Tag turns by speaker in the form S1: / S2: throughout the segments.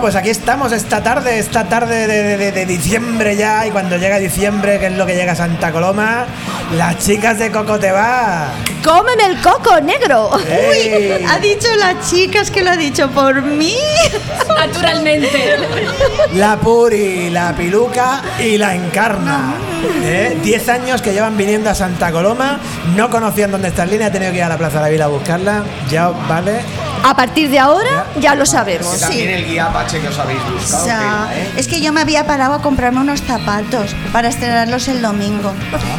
S1: pues aquí estamos esta tarde, esta tarde de, de- de- de diciembre ya, y cuando llega diciembre, que es lo que llega a Santa Coloma, las chicas de Cocotebá.
S2: ¡Cómeme el coco negro!
S1: ¡Ey!
S3: Ha dicho las chicas que lo ha dicho por mí.
S4: Naturalmente.
S1: La Puri, la Piluca y la Encarna. ¿Eh? Diez años que llevan viniendo a Santa Coloma, no conocían dónde está Lina, he tenido que ir a la Plaza de la Vila a buscarla. Ya os vale.
S2: A partir de ahora ya lo
S5: Que
S2: sabemos.
S5: también
S3: Sí.
S5: el guía Apache que os habéis buscado.
S3: O sea,
S5: tela, ¿eh?
S3: es que yo me había parado a comprarme unos zapatos para estrenarlos el domingo.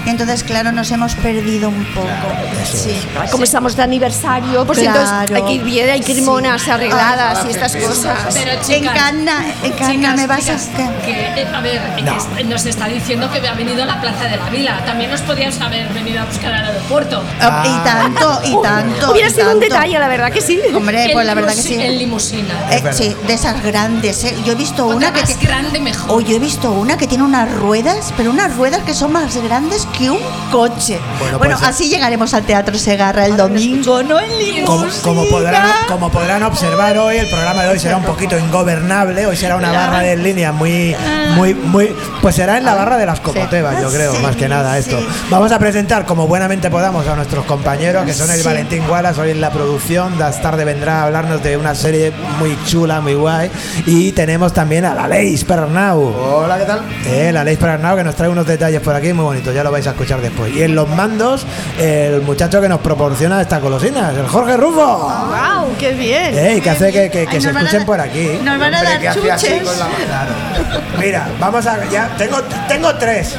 S3: Y entonces, claro, nos hemos perdido un poco. Sí.
S2: Como estamos de aniversario, pues
S3: Claro.
S2: entonces hay que ir bien, hay que ir monas arregladas
S5: Ah,
S2: y estas
S5: perfecto.
S2: cosas.
S4: Pero chicas,
S3: Encarna, Encarna,
S4: chicas,
S3: me vas a-
S4: chicas, que, eh, a ver, eh, que
S1: No.
S4: es- nos está diciendo que ha venido a la Plaza de la Vila. También nos podíamos haber venido a buscar al aeropuerto.
S3: Ah, Y tanto, y tanto.
S2: Hubiera
S3: y
S2: sido un
S3: tanto.
S2: detalle, la verdad que sí.
S3: Hombre,
S4: En
S3: pues la verdad que
S4: limusi-
S3: sí.
S4: En limusina.
S3: Eh, sí, de esas grandes. eh. Yo he visto
S4: Otra
S3: una que
S4: más
S3: tiene-
S4: grande mejor.
S3: Oh, yo he visto una que tiene unas ruedas, pero unas ruedas que son más grandes que un coche.
S1: Bueno,
S3: Bueno,
S1: pues,
S3: así llegaremos al Teatro Segarra el domingo, ¿no? En
S1: Como,
S3: limusina.
S1: como podrán, como podrán observar hoy, el programa de hoy será un poquito ingobernable, hoy será una barra de líneas muy, muy, muy... Pues será en la barra de las cocotebas, yo creo,
S3: Sí,
S1: más que nada esto.
S3: sí.
S1: Vamos a presentar como buenamente podamos a nuestros compañeros, que son el
S3: Sí.
S1: Valentín Wallace, hoy en la producción, Das Tarde vendrá a hablarnos de una serie muy chula, muy guay, y tenemos también a la Leis Pernau.
S5: Hola, ¿qué tal?
S1: Eh, la ley para que nos trae unos detalles por aquí muy bonitos, ya lo vais a escuchar después. Y en los mandos, el muchacho que nos proporciona estas golosinas, el Jorge Rufo.
S3: ¡Wow! ¡Qué bien!
S1: Eh, que hace que, que- que
S3: Ay,
S1: se
S3: nos van a
S1: escuchen
S3: dar-
S1: por aquí.
S3: Nos van a
S5: Hombre, que
S3: dar
S5: hace así
S3: chuches.
S5: con la mano.
S1: Claro. Mira, vamos a. Ya, tengo, tengo tres.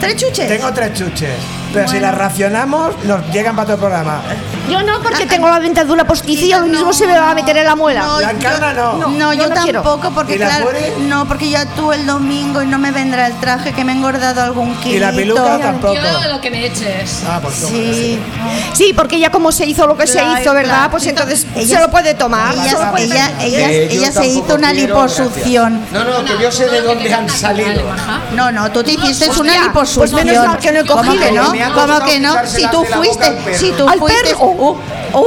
S3: ¿Tres chuches?
S1: Tengo tres chuches. Pero si las racionamos, nos llegan para todo el programa.
S2: Yo no, porque tengo la dentadura postiza y lo mismo se me va a meter en la muela.
S1: La encarna no.
S3: No,
S2: No,
S3: yo,
S2: yo no quiero.
S3: tampoco, porque
S1: ¿Y la
S3: claro,
S1: Puri?
S3: no, porque ya tú el domingo y no me vendrá el traje que me he engordado algún kilo.
S1: Y la peluca tampoco.
S4: Yo de lo que me eches.
S1: Ah, por supuesto.
S3: Sí.
S2: Sí, porque ya como se hizo lo que se
S3: Claro,
S2: hizo, ¿verdad?
S3: claro.
S2: Pues entonces
S3: Ella-
S2: se lo puede tomar.
S1: Ah,
S3: Ella,
S2: se lo puede
S3: ella,
S2: tomar.
S3: ella,
S5: Eh, yo
S3: ella se
S5: tampoco
S3: hizo una
S5: quiero,
S3: liposucción.
S5: gracias. No, no, que yo sé de dónde han salido.
S3: No, no, tú te hiciste una
S2: Hostia,
S3: liposucción.
S2: pues menos mal que no he
S3: ¿Cómo
S2: cogido,
S3: que no?
S5: ¿no? Me ha
S3: ¿Cómo
S5: costado
S3: que no?
S5: quitárselas
S3: Si tú
S5: de la boca al
S3: fuiste,
S5: perro.
S3: si tú
S2: Al
S3: fuiste.
S2: perro. Oh,
S3: ¡Uh!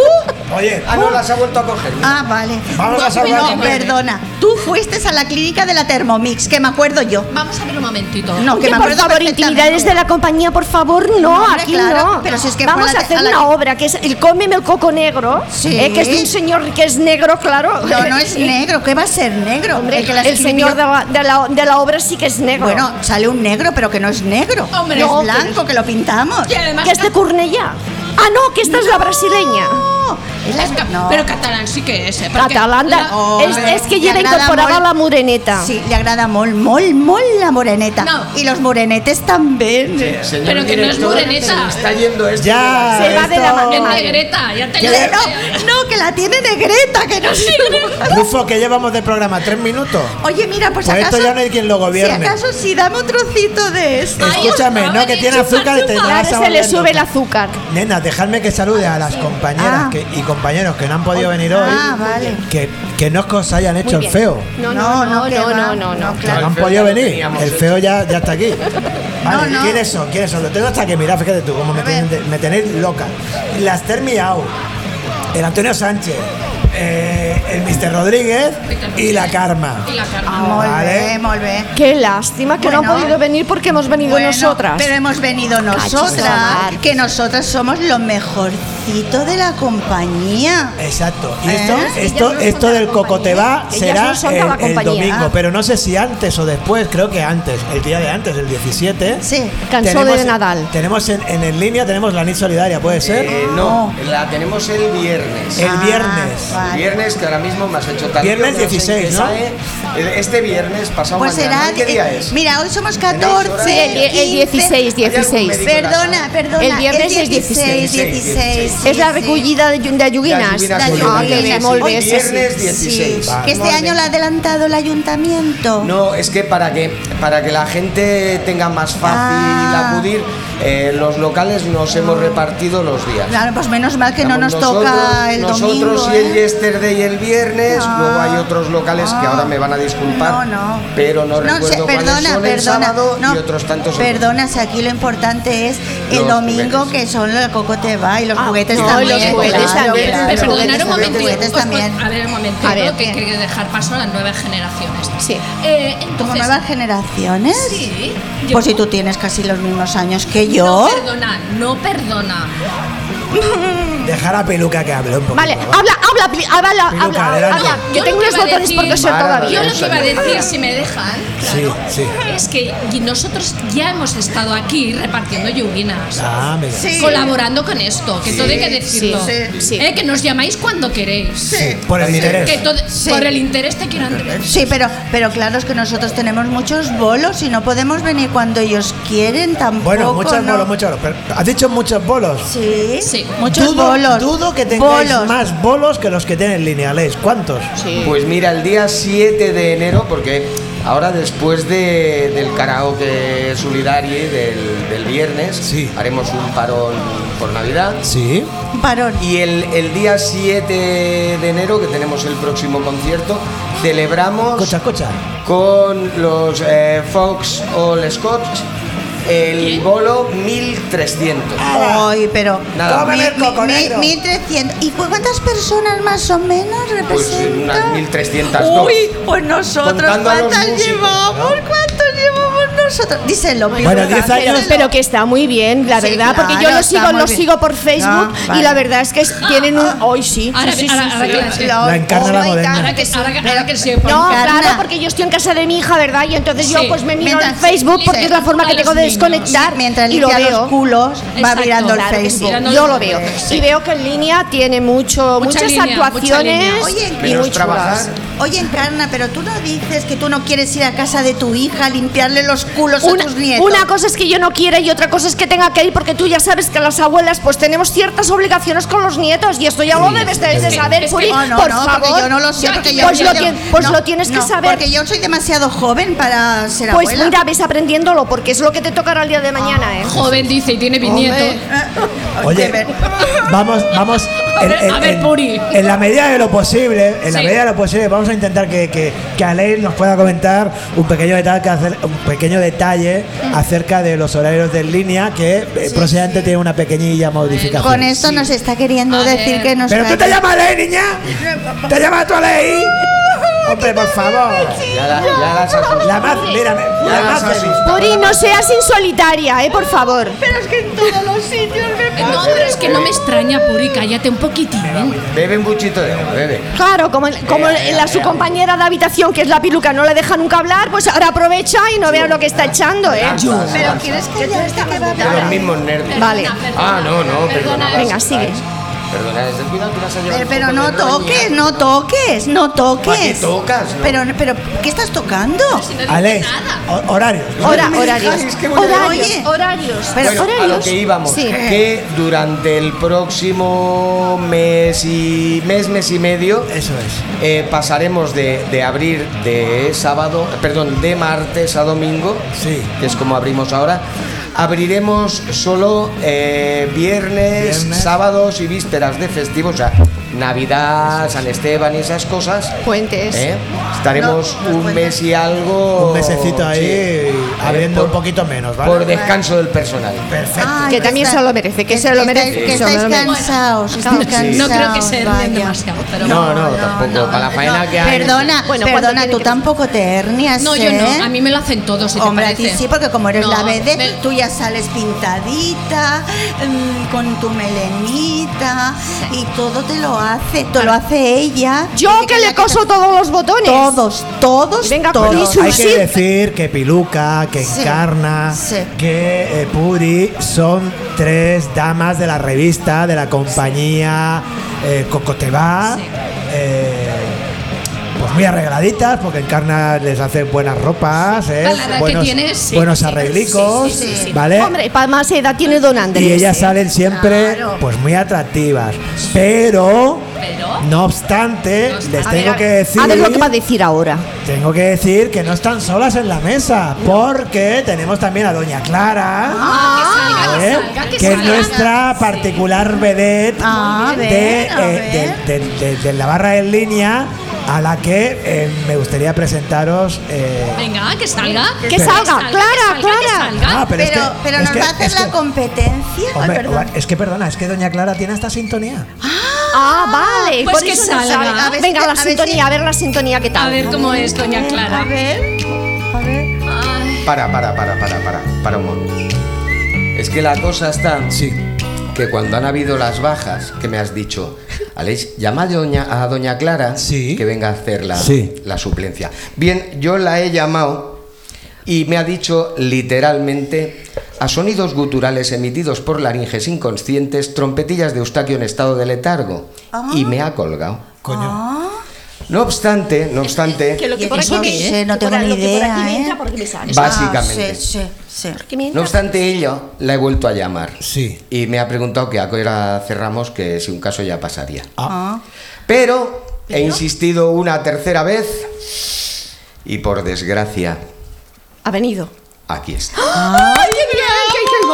S1: Oye,
S5: Ah, no, las ha vuelto a coger.
S3: Ah, vale.
S1: Vamos a
S3: No,
S1: salvar
S3: no,
S1: a Miguel.
S3: perdona. Tú fuiste a la clínica de la Thermomix, que me acuerdo yo.
S4: Vamos a ver un momentito.
S3: No, que
S2: Que
S3: me
S2: por
S3: acuerdo
S2: favor,
S3: perfectamente.
S2: intimidades de la compañía, por favor, no,
S3: No, hombre,
S2: aquí
S3: claro,
S2: no.
S3: pero si es que
S2: Vamos
S3: fue
S2: a
S3: la de-
S2: hacer
S3: a la-
S2: una obra que es el cómeme el coco negro,
S3: Sí.
S2: eh, que es de un señor que es negro, claro.
S3: No, no es negro. ¿Qué va a ser negro?
S2: Hombre,
S3: que
S2: el,
S3: la escribió-
S2: señor de la, de la- de la obra sí que es negro.
S3: Bueno, sale un negro, pero que no es negro.
S4: Hombre,
S3: No,
S4: no,
S3: es blanco, que lo pintamos.
S4: Y además,
S2: que es de Cornellá. Ah, no, que esta es la brasileña.
S3: No, es la-
S4: ca-
S3: este- no.
S4: pero catalán sí que es. eh, porque
S2: Catalanda.
S4: la-
S3: Oh,
S2: es,
S3: hombre,
S2: es que
S3: le
S2: lleva
S3: agrada
S2: incorporada
S3: molt.
S2: la moreneta.
S3: Sí, le agrada mol, mol, mol la moreneta.
S4: No.
S3: Y los morenetes también.
S5: Señor
S4: Pero que no es
S5: director,
S4: moreneta.
S5: se Está yendo esto.
S1: Ya.
S2: Se va de la
S1: esto-
S2: mano.
S4: Es negreta, ya te
S3: Que
S4: lo
S3: le-
S4: digo.
S3: no, no, que la tiene negreta, que no es
S1: Rufo, que llevamos de programa tres minutos.
S3: Oye, mira, pues,
S1: Pues esto
S3: acaso.
S1: ya no hay quien lo gobierne. Eh,
S3: Si acaso sí, dame un trocito de esto.
S4: Ay,
S1: Escúchame,
S4: os
S1: no,
S4: va a
S1: que
S4: venir
S1: tiene
S4: chupar,
S1: azúcar y te
S4: chupar.
S1: la vas
S2: Ahora se le
S1: saboreando.
S2: sube el azúcar.
S1: Nena, dejadme que salude a las compañeras
S3: Ah.
S1: que- y compañeros que no han podido venir hoy.
S3: Ah, vale.
S1: Que, que no es que os hayan hecho el
S2: bien.
S1: feo.
S2: No, no, no,
S3: que
S2: no,
S3: va.
S2: no, no, no.
S1: Que no
S5: el
S1: han
S5: feo
S1: podido
S5: ya lo
S1: venir.
S5: teníamos
S1: El
S5: hecho.
S1: feo ya, ya está aquí. Vale,
S3: No, no.
S1: ¿quiénes son? ¿Quiénes son? Lo tengo hasta que mirar, fíjate tú, como me,
S3: ver.
S1: tenéis- me tenéis loca. Las Termiao, el Antonio Sánchez, eh, el Mr. Rodríguez y la Karma.
S4: Y la Karma.
S3: Molt
S1: Vale.
S3: bé, molt bé.
S2: Qué lástima que no
S3: Bueno.
S2: ha podido venir porque hemos venido
S3: Bueno,
S2: nosotras.
S3: Pero hemos venido nosotras,
S2: Cachis.
S3: que nosotras somos lo mejorcito de la compañía.
S1: Exacto. Y esto,
S3: ¿Eh?
S1: esto,
S2: Ellas no
S1: esto
S2: son de
S1: del
S2: la compañía.
S1: cocotebá
S2: Ellas
S1: será
S2: no son de la
S1: el, el
S2: compañía.
S1: domingo, pero no sé si antes o después, creo que antes, el día de antes, el 17.
S3: Sí.
S2: Cansó
S1: Tenemos-
S2: de Nadal.
S1: Tenemos en, en, en línea, tenemos la NIT Solidaria, ¿puede ser?
S5: Eh, no, Eh, la tenemos el viernes.
S1: El
S3: Ah,
S1: viernes.
S5: El
S3: vale.
S5: viernes, que ahora mismo me has hecho tarde.
S1: Viernes
S5: no sé en qué
S1: 16, ¿no?
S5: sale. El- Este viernes, pasado
S3: Pues
S5: mañana.
S3: será.
S5: ¿Qué día
S3: eh,
S5: es?
S3: Mira, hoy somos
S2: Sí,
S3: 14.
S2: el, die- el
S3: 15.
S2: 16, 16.
S5: médico?
S3: Perdona, perdona.
S2: El viernes es
S3: 16, 16. sí,
S2: Es la
S3: sí.
S2: recollida de, llu- de
S5: Las
S2: joguines.
S5: joguines
S2: Ah,
S3: de
S2: que
S3: joguines.
S2: molt
S5: Hoy
S2: bé, sí, sí.
S5: viernes
S3: Sí,
S5: 16.
S3: que este año lo ha adelantado el ayuntamiento.
S5: No, es que para que para que la gente tenga más fácil
S3: Ah.
S5: acudir, eh, los locales nos hemos repartido los días.
S3: Claro, pues menos mal que no nos
S5: Estamos
S3: toca el
S5: nosotros
S3: domingo.
S5: y el
S3: ¿eh?
S5: yesterday y el viernes,
S3: No.
S5: luego hay otros locales que
S3: No.
S5: ahora me van a disculpar,
S3: No, no.
S5: pero no, recuerdo
S3: sé,
S5: cuáles son el sábado
S3: no,
S5: y otros tantos. otros.
S3: Perdona, si aquí lo importante es el
S5: Los
S3: domingo
S5: juguetes.
S3: que son el cocote va y los
S4: Ah,
S3: juguetes
S2: no,
S3: también.
S2: los juguetes también.
S3: claro,
S4: Pero
S2: Los
S3: claro.
S4: perdonar un
S3: Los
S4: momento. ah,
S3: juguetes también.
S4: A ver, un momento.
S2: A ver.
S4: que hay que dejar paso a las nuevas generaciones.
S2: Sí.
S4: Eh,
S3: ¿Como
S4: entonces,
S3: nuevas generaciones?
S4: sí. yo-
S3: Pues si tú tienes casi los mismos años que yo.
S4: No perdona, no perdona.
S1: Dejar a Peluca que hable un poquito.
S6: Vale,
S1: ¿vale?
S6: habla, habla, pli- habla,
S1: Peluca,
S6: habla,
S1: adelante.
S6: habla.
S4: Yo
S6: Que tengo
S4: lo que
S6: unos
S4: iba a
S6: botones por
S4: decir-
S6: coser
S5: Ahora,
S6: todavía.
S4: Yo lo que iba a decir, si me dejan, claro,
S1: Sí, sí.
S4: es que y nosotros ya hemos estado aquí repartiendo yuguinas.
S1: Ah, mira.
S3: Sí.
S4: Colaborando con esto, que todo hay que decirlo.
S3: sí,
S2: sí.
S4: Eh, que nos llamáis cuando queréis.
S1: Por el interés.
S4: Que todo-
S2: Sí.
S4: Por el interés te quiero Andrés.
S3: Sí, pero, pero claro, es que nosotros tenemos muchos bolos y no podemos venir cuando ellos quieren tampoco.
S1: Bueno, muchos
S3: ¿no?
S1: bolos, muchos bolos. Pero, ¿Has dicho muchos bolos?
S3: Sí,
S4: Sí.
S3: muchos
S1: dudo,
S3: bolos.
S1: Dudo que tengáis
S3: Bolos.
S1: más bolos que los que tienen lineales. ¿Cuántos?
S5: Pues mira, el día 7 de enero, porque ahora después de- del karaoke solidari del, del viernes,
S1: Sí.
S5: haremos un parón por Navidad.
S1: Sí.
S3: Un Parón.
S5: Y el, el día 7 de enero, que tenemos el próximo concierto, celebramos
S1: Cocha, cocha.
S5: con los eh, Fox All Scots el bolo 1300.
S3: Ay, pero.
S5: Nada.
S1: Cómeme el coco
S3: Mi- mi-
S1: negro.
S3: 1300. ¿Y cu- cuántas personas más o menos
S5: Pues unas
S3: representan?
S5: 1302.
S3: Uy, pues nosotros,
S5: Contando a los
S3: ¿cuántas
S5: músicos,
S3: llevamos? ¿Cuántos llevamos nosotros? Díselo,
S1: Bueno, 10
S3: Piruja,
S1: años.
S3: díselo.
S2: Pero que está muy bien, la
S3: Sí,
S2: verdad, porque yo
S3: claro,
S2: lo
S3: está
S2: sigo,
S3: muy
S2: lo
S3: bien.
S2: sigo por Facebook
S3: No, vale.
S2: y la verdad es que es- tienen un hoy sí.
S4: Ahora
S2: sí, sí,
S4: que- ahora-
S2: sí,
S4: ahora
S2: sí.
S4: que las-
S3: Lo-
S1: La encarna la
S3: oh my God.
S1: moderna.
S4: Ahora que, ahora que- ahora que se
S2: No,
S3: Encarna.
S2: claro, porque yo estoy en casa de mi hija, ¿verdad? Y entonces yo
S4: Sí.
S2: pues me miro en
S3: Mientras-
S2: Facebook porque
S3: sí.
S2: es la forma que
S4: A los
S2: tengo de
S4: niños.
S2: desconectar
S3: Mientras
S2: y lo
S3: limpia los
S2: veo.
S3: culos, va
S4: Exacto,
S3: mirando el
S4: claro que sí.
S3: Facebook.
S4: Mirando
S2: Yo
S4: los
S2: lo veo.
S4: colores,
S2: Y
S4: sí.
S2: veo que en línea tiene mucho,
S4: Mucha
S2: muchas
S4: línea, mucha
S2: actuaciones
S4: línea.
S3: Oye,
S2: y
S5: Menos
S2: muy
S5: trabajar.
S2: chulas.
S3: Oye, Encarna, pero tú no dices que tú no quieres ir a casa de tu hija a limpiarle los culos
S2: Una,
S3: a tus nietos.
S2: una cosa es que yo no quiera y otra cosa es que tenga que ir porque tú ya sabes que las abuelas pues tenemos ciertas obligaciones con los nietos y esto ya lo debes de, de
S4: que-
S2: saber,
S4: es que-
S2: Furi,
S3: No, no,
S2: por
S3: no, porque
S2: favor.
S3: yo no lo sé,
S4: Yo
S3: porque
S4: aquí
S3: yo
S2: pues
S3: yo-
S2: lo
S3: yo-
S2: tien- pues
S3: no,
S2: lo tienes que
S3: no,
S2: saber.
S3: Porque yo soy demasiado joven para ser
S2: Pues
S3: abuela. Ah,
S2: mira, ves aprendiéndolo porque es lo que te tocará el día de mañana, ¿eh?
S4: Joven dice y tiene bisnietos.
S3: Ay, qué
S1: Oye,
S3: ver-
S1: vamos, vamos.
S4: A ver, a ver, Puri.
S1: en la medida de lo posible, en la
S4: Sí.
S1: medida de lo posible, vamos a intentar que, que, que Alain nos pueda comentar un pequeño detalle, que hacer- un pequeño detalle acerca de los horarios de línea, que eh, próximamente tiene una pequeñilla modificación.
S3: Con esto nos está queriendo
S4: A
S3: decir
S4: ver.
S3: que nos
S1: Pero tú te
S3: trae-
S1: llamas Alain, niña. ¿Te llamas tú Alain? Hombre, por favor.
S5: Ya, la- ya las asustas.
S1: La más, mira,
S5: Ya
S1: la más
S5: las
S1: feliz.
S5: asustas.
S2: Puri, no seas insolitaria, ¿eh? Por favor.
S4: No, pero es que no me extraña, Puri, cállate un poquitín.
S5: Bebe un buchito de agua, bebe.
S2: Claro, como, como la, su compañera de habitación, que es la piluca, no le deja nunca hablar, pues ahora aprovecha y no vea lo que está echando, ¿eh?
S3: Pero quieres que ya está que va a
S5: De los
S3: hablar.
S5: mismos nervios.
S2: Vale.
S5: Ah, no, no, perdona.
S2: Venga, sigue.
S5: Perdona, desde cuidado que vas a llevar.
S3: Pero, pero
S5: un poco
S3: no
S5: de
S3: toques,
S5: roña.
S3: no toques, no toques.
S5: ¿Para qué tocas, no?
S3: Pero, pero, ¿qué estás tocando?
S1: Alain, ho- horarios.
S2: Hora,
S5: me
S2: horarios.
S5: dejáis, qué bueno.
S2: Horarios,
S3: Oye.
S2: horarios.
S3: Pero-
S5: Bueno, a lo
S2: horarios.
S5: que íbamos,
S2: Sí.
S5: que durante el próximo mes y mes, mes y medio,
S1: Eso es.
S5: eh, pasaremos de, de abrir de sábado, eh, perdón, de martes a domingo,
S1: Sí.
S5: que es como abrimos ahora, abriremos solo eh, viernes,
S1: Viernes.
S5: sábados y vísperas de festivo, o sea, Navidad, San Esteban y esas cosas.
S2: Puentes.
S5: ¿eh? Estaremos
S3: No, los
S5: un
S3: puentes.
S5: mes y algo.
S4: Oh,
S1: Un mesecito ahí,
S5: sí,
S1: abriendo
S5: por-
S1: un poquito menos, ¿vale?
S5: Por descanso del personal.
S1: Perfecto.
S3: Ay,
S2: Que también se lo merece, que se lo merece,
S3: estáis-
S2: que
S3: Que
S2: se lo
S3: estáis
S2: merece.
S3: cansados, estáis cansados.
S4: No creo que se
S3: vaya.
S4: den demasiado, pero
S5: No, no, tampoco. Pues Para la faena que hay.
S3: Perdona,
S2: Bueno, ¿cuánto
S3: perdona,
S2: tiene
S3: tú
S2: que-
S3: tampoco te hernias,
S4: No, yo
S3: ¿eh?
S4: no, a mí me lo hacen todos, si te
S3: Hombre, a ti
S4: parece.
S3: sí, porque como eres
S4: No,
S3: la BD,
S4: me-
S3: tú ya sales pintadita, mm, con tu melenita, y todo te lo hace, te lo hace ella.
S2: Yo que le coso todos los botones.
S3: Todos, todos,
S2: Venga,
S3: todos.
S2: Puri,
S1: Hay que
S2: Sursid.
S1: decir que Piluca, que
S3: Sí,
S1: Encarna,
S3: sí.
S1: que eh, Puri son tres damas de la revista, de la compañía eh, Cocotebá.
S4: Sí.
S1: eh, pues muy arregladitas, porque Encarna les hace buenas ropas, ¿eh?
S4: La edad que
S1: buenos,
S4: tienes, sí,
S1: buenos
S4: sí,
S1: arreglicos,
S4: sí, sí, sí, sí.
S1: ¿vale?
S2: Eh. Hombre, para más edad tiene Don Andrés.
S1: y ellas
S2: ¿eh?
S1: salen siempre
S2: Claro.
S1: pues muy atractivas. Pero,
S4: Pero-
S1: no obstante,
S4: No obstante.
S1: les
S4: A
S1: tengo
S4: ver,
S1: que decir.
S2: A ver lo que va a decir ahora.
S1: Tengo que decir que no están solas en la mesa, porque tenemos también a Doña Clara.
S4: Ah, que
S1: ¿eh?
S4: salga, que salga, que
S1: que es
S4: salga.
S1: nuestra particular vedette
S3: Ah,
S1: de,
S3: a ver, a
S1: eh, de- de- de- de la barra en línea, a la que eh, me gustaría presentaros. eh,
S4: Venga, que salga.
S2: Que salga,
S4: que
S2: Clara,
S4: salga, que
S2: Clara.
S4: salga.
S1: Ah,
S3: Pero,
S1: es que-
S3: pero
S1: es
S3: nos
S1: que-
S3: va a hacer
S1: es
S3: la
S1: que-
S3: competencia. Ay,
S1: hombre,
S3: perdón.
S1: es que perdona, es que Doña Clara tiene esta sintonía.
S2: Ah, vale.
S4: pues
S2: por
S4: que
S2: eso no
S4: salga.
S2: sabe.
S3: A ver si-
S2: Venga,
S3: a
S2: la
S3: ver
S2: sintonía,
S3: si-
S2: a ver la sintonía, ¿qué tal?
S4: A ver cómo es, doña
S3: A
S4: Clara.
S3: ver, a ver.
S4: Ay,
S7: Para, para, para, para, para, para un momento. Es que la cosa está
S1: Sí.
S7: que cuando han habido las bajas, que me has dicho, Alex, llama a doña, a doña Clara
S1: Sí.
S7: que venga a hacer la,
S1: Sí.
S7: la suplencia. Bien, yo la he llamado y me ha dicho literalmente a sonidos guturales emitidos por laringes inconscientes, trompetillas de Eustaquio en estado de letargo. Y me ha colgado.
S1: Coño.
S7: No obstante, no obstante,
S3: lo que por
S2: ¿Eso qué
S3: aquí- no
S2: es?
S3: sé, no
S2: Que
S3: tengo
S2: por-
S3: ni
S2: lo que por
S3: idea,
S2: aquí me
S3: ¿eh?
S2: entra, por aquí me sale.
S7: básicamente.
S3: Ah, sí, sí, sí.
S2: Que me entra.
S7: No obstante ello, la he vuelto a llamar.
S1: Sí.
S7: Y me ha preguntado que a qué hora cerramos, que si un caso ya pasaría.
S1: Ah.
S7: Pero he insistido una tercera vez y por desgracia,
S2: Ha venido.
S7: aquí está.
S1: ¡Ah!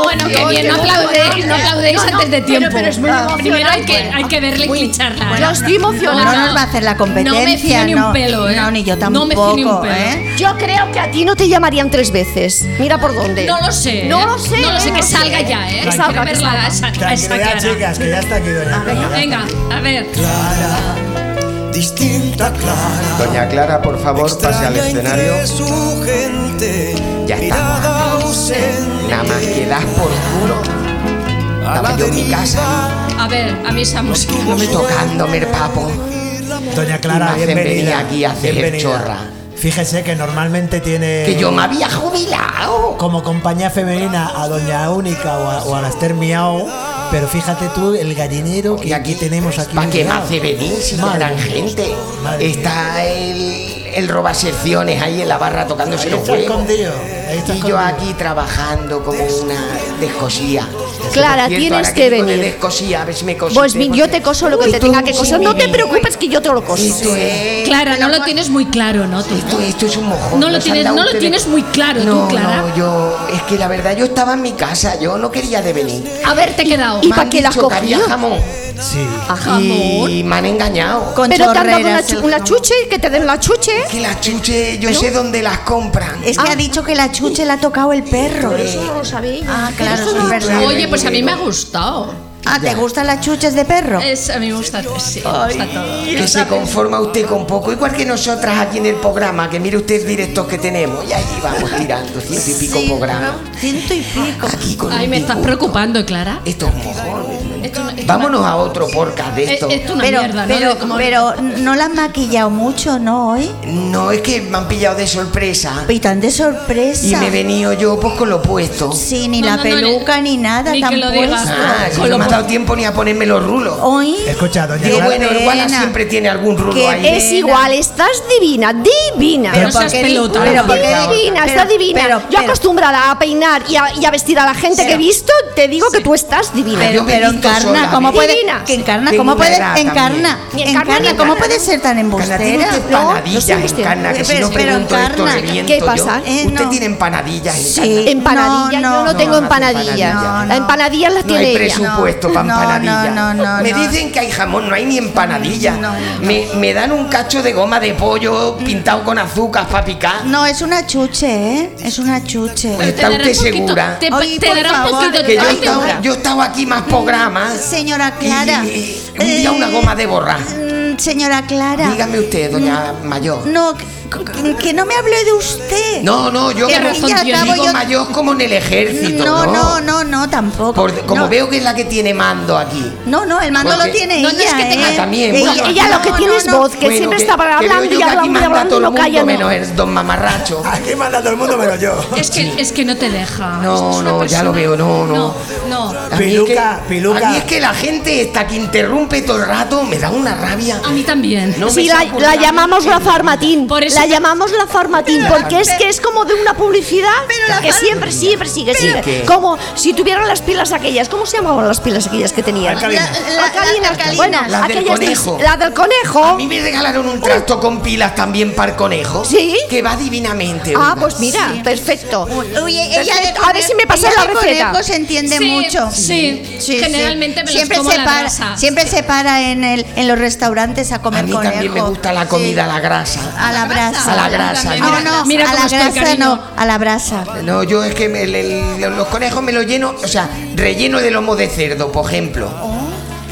S4: bueno, que bien, no aplaudéis, no aplaudéis antes de tiempo. Ah.
S2: pero es muy
S4: Primero hay que,
S2: emocionante.
S4: hay que verle clincharla.
S2: Yo estoy
S3: No
S2: emocionada.
S3: nos va a hacer la competencia.
S4: No me fío ni un
S3: no.
S4: pelo, ¿eh?
S3: No, ni yo
S4: No
S3: tampoco,
S4: me fío ni un pelo.
S3: ¿eh?
S2: Yo creo que a ti no te llamarían tres veces. Mira por dónde.
S4: No lo sé.
S2: No
S4: ¿eh?
S2: lo sé.
S4: No lo sé,
S2: no
S4: que salga ya, ¿eh?
S2: Que salga, que
S4: Quiero verla
S2: salga.
S4: a esa- a esa
S1: Tranquilidad,
S4: cara.
S1: chicas, que ya está aquí Doña Clara.
S4: Venga, a ver.
S8: Clara, distinta Clara.
S7: Doña Clara, por favor, pase al
S8: extraña
S7: escenario.
S8: entre su gente,
S7: Ya está.
S8: mirada ausente,
S7: Nada más que das por culo.
S8: a la
S7: Estaba yo en mi casa
S8: deriva,
S4: A ver, a mí esa música no me toca.
S7: tocándome el papo.
S1: Doña Clara,
S7: Y me hacen venir
S1: bienvenida.
S7: aquí a hacer
S1: bienvenida.
S7: chorra.
S1: Fíjese que normalmente tiene
S7: Que yo me había jubilado.
S1: como compañía femenina a Doña Única o a, o a las Termiao, pero fíjate tú el gallinero que aquí tenemos aquí.
S7: ¿Para qué me
S1: mezclado.
S7: hace venir si no
S1: Madre
S7: eran
S1: mía.
S7: gente?
S1: Madre mía.
S7: Está el, el roba secciones ahí en la barra tocándose
S1: Ahí
S7: los
S1: está
S7: huevos.
S1: escondido. Ahí está
S7: Y yo
S1: escondido.
S7: aquí trabajando como una descosía.
S2: Clara,
S7: Por cierto,
S2: tienes
S7: ahora
S2: que
S7: digo de
S2: venir.
S7: descosía, a ver si me cosiste,
S2: Pues mi- yo
S7: porque-
S2: te coso lo que
S7: Uy,
S2: te
S7: tú,
S2: tenga que
S7: sí,
S2: coser. No te
S7: mi-
S2: preocupes que yo te lo coso.
S7: Esto es,
S4: Clara, no lo tienes muy claro, ¿no? Tú?
S7: esto, esto es un mojón.
S4: No lo
S7: nos han
S4: tienes-
S7: dado
S4: no lo
S7: ustedes-
S4: tienes muy claro, tú,
S7: No,
S4: Clara.
S7: No, yo, es que la verdad yo estaba en mi casa, yo no quería de venir.
S4: A ver, te he quedado.
S2: ¿Y
S7: Me
S2: pa'
S7: han
S2: qué la has
S7: dicho que había
S2: cogido?
S7: jamón.
S1: Sí.
S7: Ah, Y me han engañado.
S3: Con
S2: Pero te han dado una,
S3: chorreras
S2: chu-
S3: el
S2: una
S3: jamón.
S2: chuche, que te den la chuche.
S7: Que las chuches, yo sé dónde las compran.
S3: Es que
S2: Ah.
S3: ha dicho que la chuche la ha tocado el perro. eh.
S2: Eso no lo sabéis.
S3: Ah, claro,
S2: Eso
S3: eso
S2: no
S3: es
S2: lo
S3: verdad.
S4: Oye, pues a mí me ha gustado.
S3: Ah, ¿te gustan las chuches de perro?
S4: Es, a mí me gusta, sí, me gusta todo.
S7: Que se conforma usted con poco, igual que nosotras aquí en el programa, que mire usted directos que tenemos, y ahí vamos tirando ciento y pico
S3: Sí,
S7: programas.
S3: ¿no? Ciento y pico.
S7: Aquí con
S4: Ay, me
S7: un
S4: estás
S7: disgusto.
S4: preocupando, Clara.
S7: Esto es un mojón.
S4: Esto no- esto
S7: Vámonos a otro podcast de
S4: Es,
S7: esto.
S4: Eh, esto una
S3: Pero,
S4: mierda, ¿no?
S3: pero,
S4: De cómo-
S3: pero no la han maquillado mucho, ¿no? Hoy.
S7: No, es que me han pillado de sorpresa
S3: Y tan de
S7: y
S3: sorpresa.
S7: me he venido yo pues con lo puesto.
S3: Sí, ni
S4: No,
S3: la
S4: no, no,
S3: peluca,
S4: ni-
S3: ni nada,
S4: ni que
S3: tan
S4: lo digas.
S3: puesto.
S7: Ah, si
S4: Con
S7: no
S4: lo
S7: me ha
S4: pu-
S7: dado tiempo ni a ponerme los rulos.
S3: Hoy.
S1: Escucha, Doña
S7: Digo,
S3: Oh, qué
S1: Clara.
S7: bueno, igual
S3: pena.
S7: siempre tiene algún rulo
S3: Qué
S7: ahí.
S3: pena.
S2: Es igual, estás divina, divina.
S4: Pero
S3: ¿por
S4: seas
S3: qué di-
S4: pelota.
S3: Ah, pero ¿por qué
S2: Está
S3: di-
S2: divina,
S3: pero-
S2: está divina.
S3: pero-
S2: Yo
S3: pero-
S2: acostumbrada a peinar y a, y a vestir a la gente que he visto, te digo que tú estás divina.
S3: Pero,
S7: Yo me
S3: pero
S7: visto
S3: encarna,
S7: sola,
S3: ¿cómo
S7: me-
S3: puede,
S2: Divina.
S3: que encarna,
S7: Tengo
S3: ¿cómo
S7: una
S3: puede,
S7: edad también.
S3: encarna,
S2: Ni encarna,
S3: encarna,
S2: ni
S3: ¿cómo
S2: encarna.
S3: puede ser tan
S7: Carna, tiene
S3: embustera?
S7: usted
S2: No, no
S7: empanadillas,
S2: soy usted.
S7: Encarna, que si
S3: Pero-
S7: no
S3: pero
S7: pregunto esto
S3: Encarna,
S7: reviento
S2: ¿qué pasa?
S7: yo.
S3: Eh,
S7: Usted
S3: no.
S7: tiene empanadillas,
S3: Sí.
S7: Encarna.
S2: empanadillas,
S3: no,
S2: yo no,
S7: no,
S2: tengo
S7: no hace
S2: empanadillas.
S7: empanadillas.
S2: Las empanadillas las
S7: No
S2: tiene
S7: hay
S2: ella.
S7: presupuesto
S3: No,
S7: para
S3: no,
S7: empanadilla.
S3: no, no,
S7: me
S3: no.
S7: dicen que hay jamón, no hay ni empanadilla.
S3: No.
S7: Me, me dan un cacho de goma de pollo pintado con azúcar para picar.
S3: No, es una chuche, ¿eh? Es una chuche.
S7: Pues- ¿Está
S4: dará un
S7: usted
S4: poquito-
S7: segura?
S4: Te,
S3: Ay,
S4: te
S3: por
S4: dará un
S3: favor,
S4: poquito
S7: Que yo he
S4: ay,
S7: estado, yo he estado aquí más programas.
S3: Señora
S7: y-
S3: Clara.
S7: y- y un día una
S3: eh,
S7: goma de borra.
S3: mm, Señora Clara.
S7: Dígame usted, doña Mayor.
S3: No, Que- Que no me hable de usted.
S7: No, no, yo
S3: Que al
S7: como
S3: fin y
S4: razón
S3: al cabo
S4: tiene?
S7: digo
S3: yo-
S7: mayor como en el ejército.
S3: No, no, no, no, tampoco.
S7: Por- como
S3: no.
S7: veo que es la que tiene mando aquí.
S3: No, no, el mando
S7: Porque- Ah,
S3: lo tiene
S4: No, no,
S3: ella.
S4: es que tenga-
S3: ¿eh?
S7: También, bueno.
S2: Ella lo que
S3: no,
S2: tiene
S3: no,
S2: es
S3: no.
S2: voz, que
S7: Bueno,
S2: siempre está
S7: que veo
S2: hablando
S7: yo
S2: y
S7: que aquí
S2: hablando y
S7: manda
S2: hablando
S7: todo
S2: y
S7: el
S2: no
S7: mundo,
S2: calla.
S7: Menos
S2: ¿no?
S7: el don mamarracho.
S1: Aquí manda todo el mundo menos yo.
S4: Es que, es que no te deja.
S7: No,
S4: Es una
S7: no, ya lo veo, no, no.
S4: No, no.
S7: A mí es que-
S1: Piluca, piluca.
S7: A mí es que la gente esta que interrumpe todo el rato me da una rabia.
S4: A mí también.
S7: No
S2: Sí,
S7: me
S2: la,
S7: saco
S2: la
S7: una-
S2: llamamos la Farmatín.
S4: Por eso
S2: la
S4: te-
S2: llamamos la Farmatín, porque es que es como de una publicidad
S3: Pero la
S2: que
S3: far-
S2: siempre, siempre sigue, sigue.
S7: ¿Qué?
S2: Como si tuvieran las pilas aquellas. ¿Cómo se llamaban las pilas aquellas que tenían?
S1: Alcalina.
S3: La- la-
S2: Alcalinas.
S3: las alcalinas.
S2: Bueno,
S7: Las del
S2: aquellas de-
S7: conejo.
S2: la del conejo.
S7: A mí me regalaron un trasto con pilas también para el conejo.
S2: ¿Sí?
S7: Que va divinamente.
S2: Ah,
S7: oiga.
S2: pues mira, perfecto.
S3: Oye, ella de
S2: Perfecto. A ver si me pasas
S3: ella
S2: la
S3: de
S2: receta.
S3: conejos se entiende
S4: Sí,
S3: mucho.
S4: sí. Generalmente me los
S3: siempre
S4: como
S3: se
S4: a la
S3: para,
S4: brasa.
S3: Siempre se para en, el, en los restaurantes a
S7: A
S3: comer
S7: mí
S3: conejo.
S7: también me gusta la comida, la grasa.
S3: A la brasa.
S7: A la brasa.
S4: También.
S3: No,
S7: Mira,
S3: no,
S4: mira
S3: a
S4: cómo
S3: la
S4: estoy,
S3: grasa
S4: cariño.
S3: no, a la brasa.
S7: No, yo es que me- el- el- los conejos me lo lleno, o sea, relleno de lomo de cerdo, por ejemplo.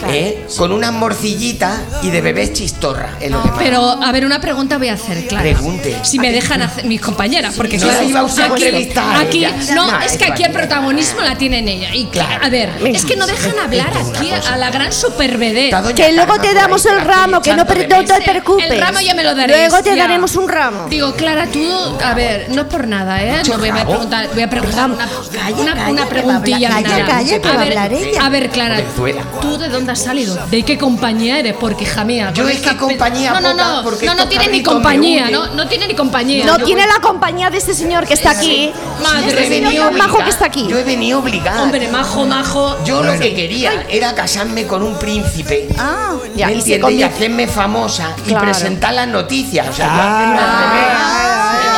S7: ¿Eh? Con unas morcillitas y de bebés chistorra. Es lo que más.
S4: Pero, a ver, una pregunta voy a hacer, claro.
S7: Pregunte.
S4: Si me dejan hacer mis compañeras, porque
S7: No
S4: claro,
S7: la iba usted a entrevistar a
S4: aquí,
S7: ella.
S4: no,
S7: No,
S4: es que aquí el protagonismo la tienen ella. Y
S7: Claro.
S4: a ver, es que no dejan hablar aquí a la gran supervedette.
S7: Está doña
S2: Que luego
S7: Carmen
S2: te
S7: por
S2: damos
S7: ahí,
S2: el
S7: la estoy
S2: ramo, que no,
S7: echando de
S2: per- no
S7: menos.
S2: te preocupes.
S4: El ramo ya me lo daréis.
S2: Luego te
S4: ya.
S2: daremos un ramo.
S4: Digo, Clara, tú, a ver, no es por nada, ¿eh? No voy a preguntar, voy a preguntar una, una,
S3: calla,
S4: una
S3: que
S4: preguntilla.
S3: va a hablar-
S4: nada.
S3: calla, calla, que va a hablar ella.
S4: A ver, Clara,
S7: Venezuela.
S4: ¿tú de dónde has salido? ¿De qué compañía eres? Porque, hija mía.
S7: Yo
S4: con
S7: es que
S4: esta pe-
S7: compañía
S4: No, no,
S7: poca,
S4: no,
S7: porque
S4: no, no
S7: estos
S4: tiene ni
S7: carritos me
S4: compañía,
S7: hunden.
S4: no, no tiene ni compañía.
S2: No tiene la compañía de este señor que está aquí.
S4: Madre
S2: este
S4: mía,
S2: señor tan
S4: obligada.
S2: majo que está aquí.
S7: Yo he venido obligada.
S4: Hombre, majo, majo.
S7: Yo lo que quería era casarme con un príncipe.
S3: Ah,
S2: Ya,
S7: ¿Me
S2: y se
S7: entiendes? Y
S2: convi-
S7: hacerme famosa
S2: Claro.
S7: y presentar las noticias. O sea, yo hacerlo al
S1: Ah,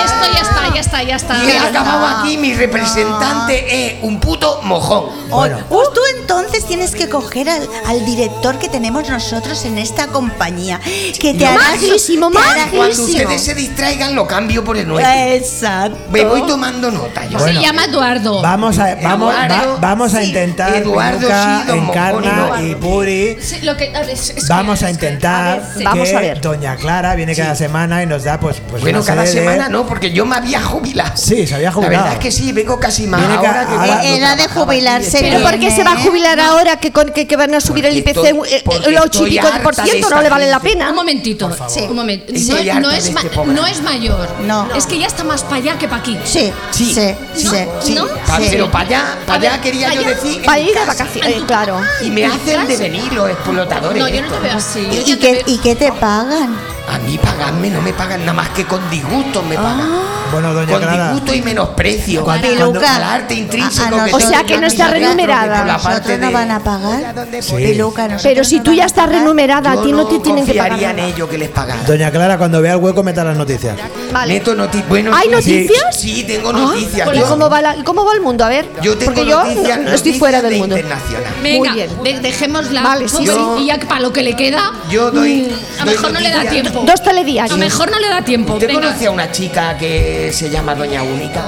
S4: Esto ya está, ya está, ya está.
S7: revés. y he
S4: Ya está.
S7: acabado aquí, mi representante es un puto mojón.
S1: Bueno.
S3: Pues tú entonces tienes que coger al, al director que tenemos nosotros en esta compañía. Que te hará su-
S2: Majísimo,
S3: te hará-
S7: Cuando
S2: Buenísimo.
S7: ustedes se distraigan, lo cambio por el nuestro.
S3: Exacto.
S7: Me voy tomando nota. Yo.
S1: Bueno.
S4: Se llama Eduardo.
S1: Vamos a, vamos,
S7: Eduardo,
S1: va- vamos a
S7: sí.
S1: intentar,
S7: Eduardo,
S1: Piluca,
S7: sí, don
S1: Encarna
S7: Mojón,
S1: y
S7: Eduardo.
S1: Puri,
S4: Sí, lo que- a ver, es- es que-
S1: Vamos a
S4: es que-
S1: intentar
S4: ver,
S1: que
S4: sí.
S2: Vamos a ver.
S1: Doña Clara viene cada semana y nos da pues, pues
S7: Bueno,
S1: una
S7: cada
S1: serie de-
S7: semana no, porque yo me había jubilado.
S1: Sí, se había
S7: La
S1: jubilado.
S7: verdad es que sí, vengo casi más.
S1: Viene ca-
S7: ahora que
S1: ahora-
S7: cuando
S3: Era de
S7: trabajaba aquí,
S3: jubilarse,
S7: estaba-
S2: ¿Pero por qué se va a jubilar ahora que, con, que, que van a subir el
S7: Porque
S2: IPC
S7: estoy-
S2: un- eh,
S7: porque
S2: el 8 y
S7: estoy
S2: pico de por
S7: harta de
S2: ciento?
S7: esta
S2: No le vale la
S7: gente.
S2: pena.
S4: Un momentito,
S3: Sí.
S4: un momento.
S7: Estoy
S4: No,
S7: harto
S4: no
S7: de
S4: es
S7: este
S4: ma-
S7: programa.
S4: no es mayor.
S3: No.
S4: Es que ya está más para allá que para aquí.
S3: Sí, sí,
S7: Sí.
S3: sí,
S4: ¿No?
S3: sí.
S7: Sí,
S4: ¿No?
S8: Ah,
S7: pa-
S3: Sí.
S7: pero para allá, para
S4: A ver,
S7: allá quería
S4: pa'
S7: yo
S4: allá.
S7: decir. en
S2: Para ir de
S7: casa.
S2: vacaciones, eh, claro.
S7: Y me
S4: ¿En
S7: hacen
S4: casa?
S7: de venir los explotadores.
S4: No, yo no te
S7: estos.
S4: veo así. Yo
S3: ¿Y
S4: ya te
S3: qué,
S4: veo-
S3: ¿Y qué te pagan?
S7: A mí pagarme no me pagan nada más que con disgustos
S2: Ah.
S7: me pagan.
S1: Bueno, Doña
S7: Con
S1: Clara,
S7: disgusto y menosprecio.
S1: Cuando-
S7: Al
S3: Peluca. Ah,
S7: arte intrínseco
S3: A- a
S7: que
S3: nosotros-
S2: O
S7: soy,
S2: sea, que no
S7: a mis
S2: está
S7: teatros,
S2: renumerada.
S7: que por la
S3: ¿A nosotros
S7: parte
S3: no
S7: de-
S3: van a pagar?
S7: ¿A dónde
S1: Sí.
S7: voy?
S3: Peluca, nosotros
S2: Pero si
S3: no
S2: tú
S3: van
S2: ya
S3: a
S2: estás
S3: pagar.
S2: renumerada, a
S7: Yo
S2: ti no te
S7: no
S2: tienen que pagar.
S7: confiaría en
S2: nada.
S7: ello que les pagara.
S1: Doña Clara cuando vea el hueco meta las noticias.
S2: Vale.
S7: Meto noti- bueno,
S2: ¿Hay
S7: sí,
S2: noticias?
S7: Sí, tengo
S2: Ah,
S7: noticias.
S2: ¿y
S7: yo,
S2: ¿Cómo va, la- ¿Cómo va el mundo? A ver,
S7: yo tengo
S2: porque yo
S7: noticias,
S2: no- estoy
S7: noticias
S2: fuera
S7: de
S2: del mundo.
S7: Internacional.
S4: Venga,
S2: Muy bien.
S4: de- dejémosla.
S2: Vale, sí,
S4: Pobre-
S7: sí.
S4: Y ya para lo que le queda.
S7: Yo doy-
S4: mm, A lo
S7: doy
S4: mejor no le da
S7: noticias.
S4: tiempo.
S2: Dos
S4: A
S2: telediarios.
S4: lo mejor no le da tiempo.
S7: ¿Usted
S4: Venga.
S7: conoce a una chica que se llama Doña Única?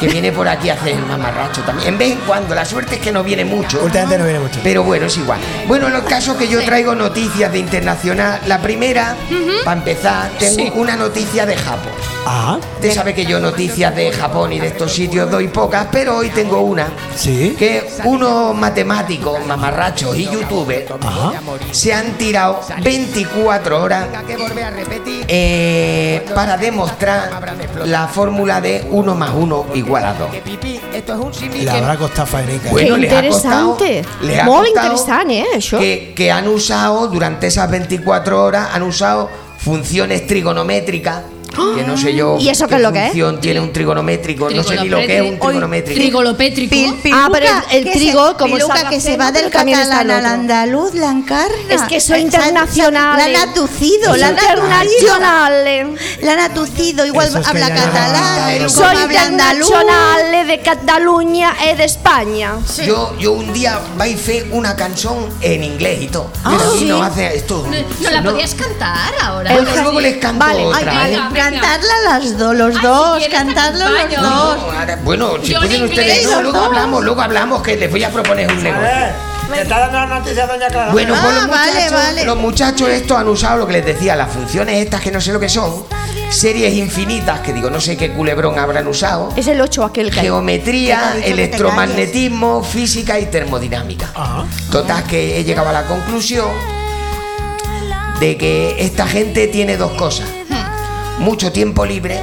S7: Que viene por aquí a hacer mamarracho también. En vez en cuando, la suerte es que no viene mucho.
S1: Últimamente no viene mucho.
S7: Pero bueno, es igual. Bueno, en los casos que yo traigo noticias de internacional, la primera, para empezar, tengo
S4: Sí.
S7: una noticia de Japón.
S1: Ah,
S7: Usted sabe que yo noticias de Japón y de estos sitios doy pocas, pero hoy tengo una.
S1: Sí.
S7: Que unos matemáticos, mamarrachos y youtubers
S1: Ajá.
S7: se han tirado 24 horas eh, para demostrar la fórmula de 1 más 1 igual a 2.
S1: le habrá costado faenica. ¿eh?
S7: Bueno,
S2: Qué
S7: les ha costado-
S2: interesante.
S7: les ha
S2: Muy
S7: costado
S2: interesante, eh, això.
S7: Que, que han usado durante esas 24 horas, han usado funciones trigonométricas. Que no sé yo.
S2: ¿Y eso qué es lo que es?
S7: función tiene un trigonométrico? No sé ni lo que es un
S4: Hoy,
S7: trigonométrico.
S4: Trigolopétrico.
S3: Pil-
S2: Ah, pero
S3: piluca
S2: el- el
S3: que
S2: trigo,
S3: se,
S2: como
S3: piluca
S2: está
S3: que se
S2: haciendo,
S3: va del
S2: también está
S3: catalán
S2: el
S3: al
S2: otro.
S3: andaluz, la encarna.
S2: Es que soy
S3: Se han- se han-
S2: internacional.
S3: La han atucido, la han atucido.
S2: internacional. eh.
S3: La han atucido, igual
S1: Eso es que
S3: habla
S1: ya no-
S3: catalán,
S7: Pero
S3: como
S2: Soy
S3: habla andaluz.
S2: internacional eh, de Cataluña y de España.
S7: Yo, yo un día vais a hacer una canción en inglés y todo.
S2: Ah,
S7: Pero aquí no hace esto.
S4: ¿No la podías cantar ahora?
S7: Bueno, luego les canto
S2: Vale,
S7: otra.
S3: Ay,
S7: ¿eh?
S3: vale,
S4: Venga, venga.
S3: cantarla las dos, los
S4: Ay, si
S3: dos,
S4: quieres,
S3: cantarlo
S4: te
S3: los
S4: acompaño.
S3: dos.
S7: No, ahora- bueno, si
S4: Yo en
S7: pueden ustedes,
S4: inglés,
S7: no,
S4: los
S7: luego
S4: dos.
S7: hablamos, luego hablamos que les voy a proponer un
S1: A
S7: negocio.
S1: ver, me está dando las noticias Doña Clara.
S7: Bueno,
S3: Ah,
S7: pues los
S3: vale,
S7: muchachos,
S3: vale.
S7: los muchachos estos han usado lo que les decía, las funciones estas que no sé lo que son. series infinitas que digo, no sé qué culebrón habrán usado.
S2: Es el 8 aquel que hay.
S3: ¿Qué te ha
S7: Geometría,
S3: dicho que te
S7: electromagnetismo, física y termodinámica.
S1: Ajá.
S7: Total que he llegado a la conclusión de que esta gente tiene dos cosas. Mucho tiempo libre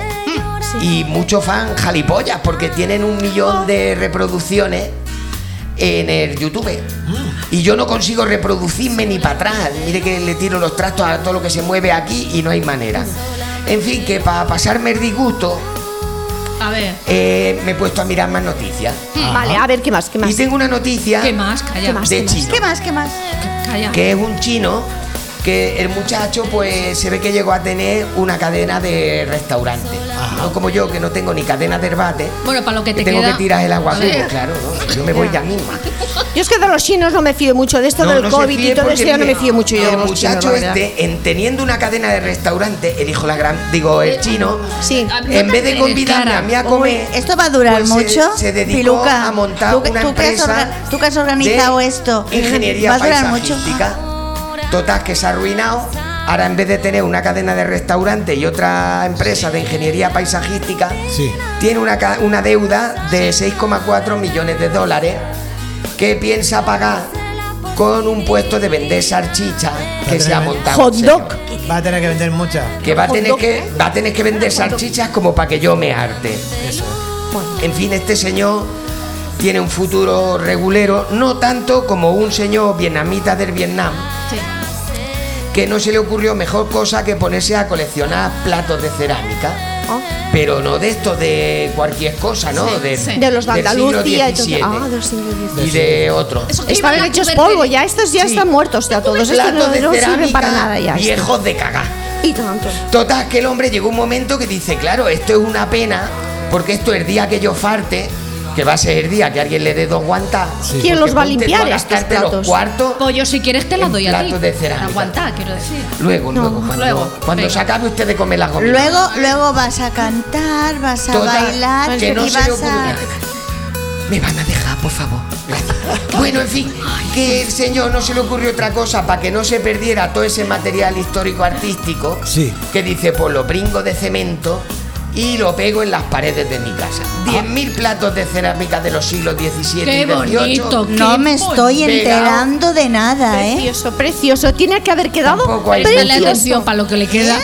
S7: y mucho fan jalipollas porque tienen un millón de reproducciones en el YouTube. Y yo no consigo reproducirme ni para atrás. Mire que le tiro los trastos a todo lo que se mueve aquí y no hay manera. En fin, que para pasarme el disgusto
S4: A ver,
S7: eh, me he puesto a mirar más noticias.
S2: Mm, Vale, a ver, ¿qué más? ¿Qué
S7: Y
S2: más?
S7: tengo una noticia
S4: ¿qué más? Calla,
S2: ¿Qué más?
S7: de chino,
S3: ¿Qué más? ¿Qué más?
S4: calla.
S7: que es un chino que el muchacho pues se ve que llegó a tener una cadena de restaurantes. No como yo que no tengo ni cadena de herbate.
S4: Bueno, para lo que te
S7: tengo
S4: queda-
S7: que tirar el agua
S4: A ver.
S7: vivo, claro, ¿no? Yo me voy ya misma.
S2: Yo es que de los chinos no me fío mucho, de esto del
S7: se
S2: COVID
S7: fíe
S2: y todo
S7: porque,
S2: esto ya no me
S7: mire,
S2: fío mucho yo de
S7: El
S2: los chinos,
S7: muchacho
S2: la verdad.
S7: este, en teniendo una cadena de restaurantes, el hijo la gran, digo, el chino,
S2: Sí.
S4: A mí no
S7: en
S4: te
S7: vez de
S4: enteres,
S7: convidarme
S4: cara.
S7: a mí a
S3: Uy,
S7: comer,
S3: esto va a durar
S7: pues se-
S3: mucho.
S7: Se, dedicó
S3: Piluca,
S7: a montar
S3: tú que-
S7: una
S3: tú que has
S7: empresa.
S3: orga- tú que has
S7: de
S3: organizado esto,
S7: Ingeniería
S3: va a durar mucho.
S7: paisajística. Total, que se ha arruinado. Ahora, en vez de tener una cadena de restaurantes y otra empresa de ingeniería paisajística,
S1: Sí.
S7: tiene una, ca- una deuda de 6,4 millones de dólares que piensa pagar con un puesto de vender salchicha que se ha montado.
S2: Hot
S7: el señor.
S2: dog.
S1: Va a tener que vender muchas.
S7: Que va a tener que, va a tener que vender salchichas como para que yo me arte. En fin, este señor tiene un futuro regulero, no tanto como un señor vietnamita del Vietnam,
S4: Sí.
S7: que no se le ocurrió mejor cosa que ponerse a coleccionar platos de cerámica.
S2: Oh,
S7: Pero no de esto, de cualquier cosa, ¿no?
S4: Sí,
S7: de,
S4: sí.
S2: De los de
S7: del siglo
S2: Andalucía y todo.
S7: XVII
S2: Ah, de los siglo XVII.
S7: y de otro.
S4: Eso que iba
S2: Estaban
S4: a
S2: hechos
S4: convertir-
S2: polvo, ya estos ya
S7: Sí.
S2: están muertos ya todos. Estos no,
S7: Platos de
S2: no sirven
S7: cerámica
S2: para nada ya. esto.
S7: viejos de cagar.
S2: Y tanto.
S7: Total, que el hombre llegó un momento que dice, claro, esto es una pena, porque esto el día que yo farte, que va a ser el día que alguien le dé dos guantas.
S2: ¿Quién los va a limpiar estos
S7: gastarte los
S2: platos?
S7: cuartos.
S4: Pollo, si quieres te la
S7: En
S4: doy a ti.
S7: platos de cerámica.
S4: Aguanta, quiero decir.
S7: Luego, luego, cuando,
S4: Luego,
S7: cuando
S4: venga.
S7: se acabe usted de comer la comida.
S3: Luego, luego vas a cantar, vas a
S7: Total,
S3: bailar
S7: que no
S3: y
S7: se le
S3: vas
S7: ocurre
S3: a.
S7: nada. Me van a dejar, por favor. Gracias. Bueno, en fin, que el señor no se le ocurrió otra cosa para que no se perdiera todo ese material histórico artístico.
S1: Sí.
S7: Que dice, pues lo bringo de cemento y lo pego en las paredes de mi casa.
S3: Ah.
S7: 10.000 platos de cerámica de los siglos XVII
S4: Qué
S7: y XVIII.
S4: bonito.
S3: No
S4: Qué
S3: me estoy
S7: bonito.
S3: enterando de nada, ¿eh?
S2: Precioso, precioso. Tiene que haber quedado
S7: Tampoco hay
S4: Dale
S7: mucho,
S4: atención para lo que le queda.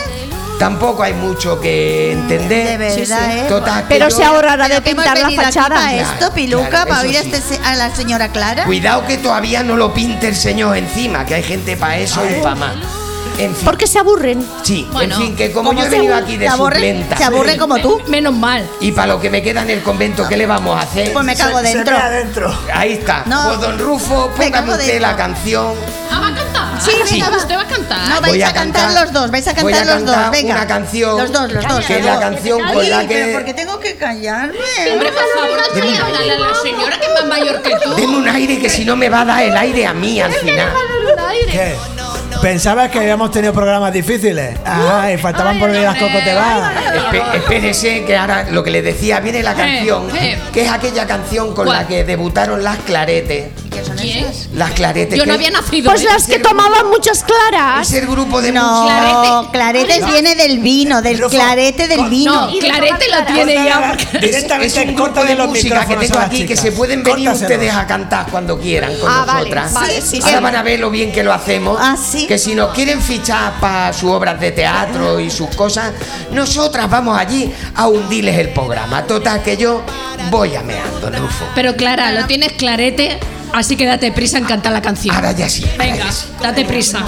S7: tampoco hay mucho que
S3: De
S7: entender.
S3: verdad, ¿eh?
S7: Total, que
S2: Pero
S7: yo-
S2: se ahorrará de
S3: Pero que hemos
S2: pintar la
S3: venido aquí
S2: fachada.
S3: para esto,
S7: Claro,
S3: Piluca,
S7: claro,
S3: para
S7: eso
S3: oír a,
S7: sí.
S3: este se- a la señora Clara.
S7: Cuidado que todavía no lo pinte el señor encima, que hay gente para eso y para más. En fin,
S2: Porque se aburren.
S7: sí,
S4: Bueno,
S7: en fin, que como
S4: como
S7: yo he
S4: se
S7: venido
S4: aburre-
S7: aquí de
S3: se aburre,
S7: suplenta
S3: se aburre como tú.
S4: Menos mal.
S7: y para lo que me queda en el convento, ¿qué le vamos a hacer?
S3: Pues me cago
S1: Se
S3: dentro.
S1: ve adentro.
S7: Ahí está.
S3: No.
S7: Pues don Rufo,
S3: Me
S7: póngame
S3: cago
S7: usted
S3: dentro.
S7: la canción.
S4: Ah, va a cantar.
S3: Sí,
S4: Ah,
S3: venga, va.
S4: Usted va a cantar.
S3: No, vais a cantar los dos, vais a
S7: voy
S3: cantar los dos,
S7: cantar
S3: venga.
S7: Una canción.
S3: Los dos, los dos,
S7: Que
S3: los
S7: es la
S3: dos.
S7: canción con la
S3: Ay, pero porque
S7: que.
S3: tengo que callarme.
S4: Hombre, por favor, no te a la señora que es más mayor que tú.
S7: Deme un aire que si no me va a dar el aire a mí al final.
S1: ¿Qué? Pensabas que habíamos tenido programas difíciles. Ay, faltaban por venir las cocotebadas.
S7: Espe- espérese que ahora lo que le decía viene la canción,
S4: eh.
S7: que es aquella canción con
S4: ¿Cuál?
S7: la que debutaron las claretes.
S4: ¿Quién?
S7: Las claretes.
S4: Yo
S7: que
S4: no había nacido.
S2: Pues
S4: ¿eh?
S2: las que tomaban muchas claras.
S7: Es el grupo de
S3: No,
S4: Clarete.
S3: claretes viene del vino, del
S1: Rufo,
S3: clarete del
S4: No,
S3: vino.
S4: Clarete la tiene ya. porque-
S7: música. Es- Es,
S1: Directamente
S7: un grupo
S1: corta
S7: de
S1: de los
S7: música que
S1: micrófonos a
S7: tengo
S1: las
S7: aquí que
S1: chicas.
S7: se pueden venir
S1: Córtaselos.
S7: ustedes a cantar cuando quieran con
S2: Ah, vale,
S7: nosotras.
S2: vale, sí,
S7: Ahora
S2: sí.
S7: van a ver lo bien que lo hacemos.
S3: Ah, sí.
S7: Que si nos quieren fichar para sus obras de teatro y sus cosas, nosotras vamos allí a hundirles el programa. Total que yo voy a mear, don Rufo.
S4: Pero Clara, lo tienes Clarete, así que date prisa en cantar la canción.
S7: Ahora ya sí. ahora
S4: Venga,
S7: ya sí.
S4: date prisa.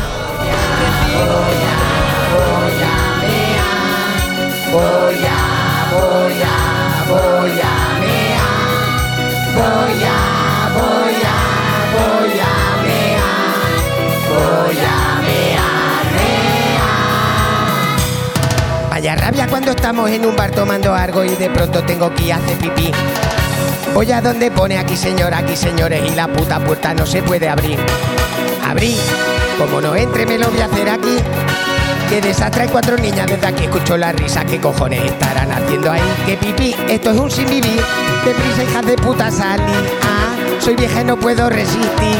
S7: Vaya rabia cuando estamos en un bar tomando algo y de pronto tengo que ir a hacer pipí. Voy a donde pone aquí señora, aquí señores y la puta puerta no se puede abrir. Abrí, como no entre me lo voy a hacer aquí. Qué desastre hay cuatro niñas desde aquí, escucho la risa, qué cojones estarán haciendo ahí. Que pipí, esto es un sin vivir. De prisa, hijas de puta, salí. Ah, soy vieja y no puedo resistir.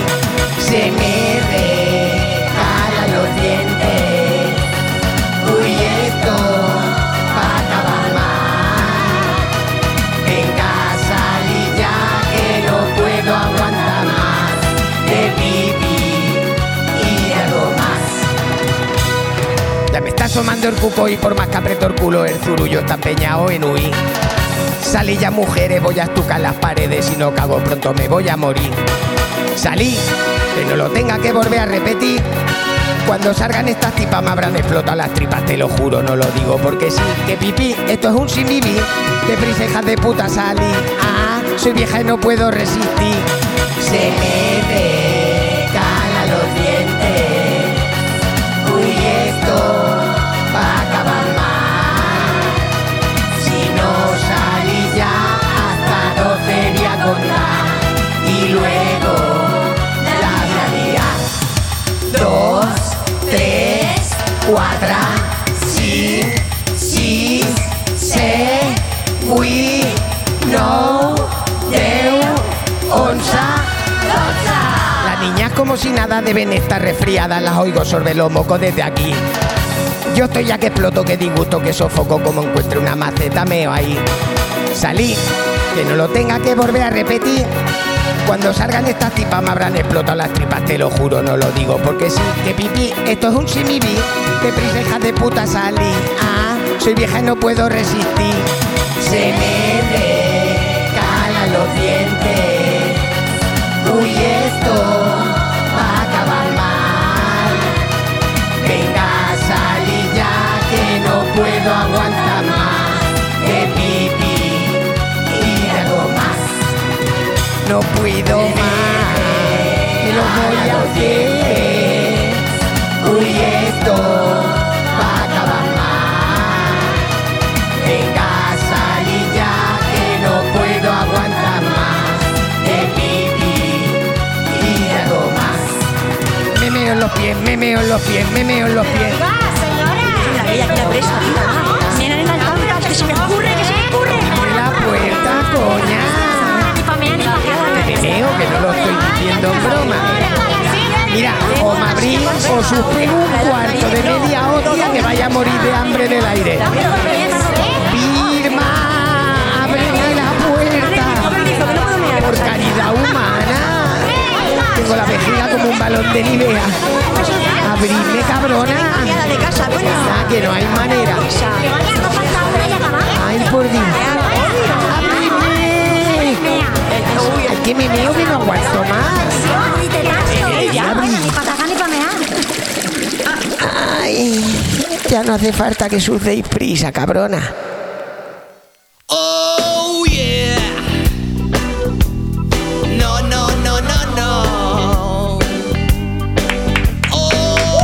S7: Se me regalan los dientes. Uy, esto
S9: asomando el cuco y por más que aprieto el culo, el zurullo está empeñado en huir. Salí ya mujeres, voy a estucar las paredes, si no cago pronto me voy a morir. Salí, que no lo tenga que volver a repetir. Cuando salgan estas tipas me habrán explotado las tripas, te lo juro, no lo digo porque sí. Que pipí, esto es un sin vivir. De prisa, hija de puta, salí. Ah, soy vieja y no puedo resistir. Se me cala los dientes. Uy, esto va a acabar mal. Si no salí ya hasta no voy a contar. Y luego la vida dos, tres, cuatro, sí, sí, se, fui, no, deu, onza, doza. Las niñas como si nada deben estar resfriadas, las oigo sorbe los mocos desde aquí. Yo estoy ya que exploto, que disgusto, que sofoco, como encuentre una maceta meo ahí. Salí, que no lo tenga que volver a repetir. Cuando salgan estas tipas me habrán explotado las tripas, te lo juro, no lo digo porque sí. Que pipí, esto es un simibi, que prisa hija de puta salí. Ah, soy vieja y no puedo resistir. Se me calan los dientes. Uy, esto va a acabar mal. Venga, salí ya que no puedo aguantar más. Que pipí y algo más. No puedo más. Me lo voy a hacer. Uy, esto va a acabar mal. Venga, salí ya que no puedo aguantar más. De pipí y algo más. Me meo en los pies, me meo en los pies, me meo en los pies. Por la puerta, coña. Me meo, que no lo estoy diciendo en broma. Mira, o me abrí o suspiro un cuarto de media hora que vaya a morir de hambre del aire. Firma, ábreme la puerta. Por caridad humana. Tengo la vejiga como un balón de Nivea. Abrirme, cabrona. Ah, que no hay manera. Ay, por Dios. Ábreme. Ay, que me meo que no aguanto más. Ay, ya no hace falta que surdeis prisa, cabrona.
S8: Oh yeah. No, no, no, no, no. Oh,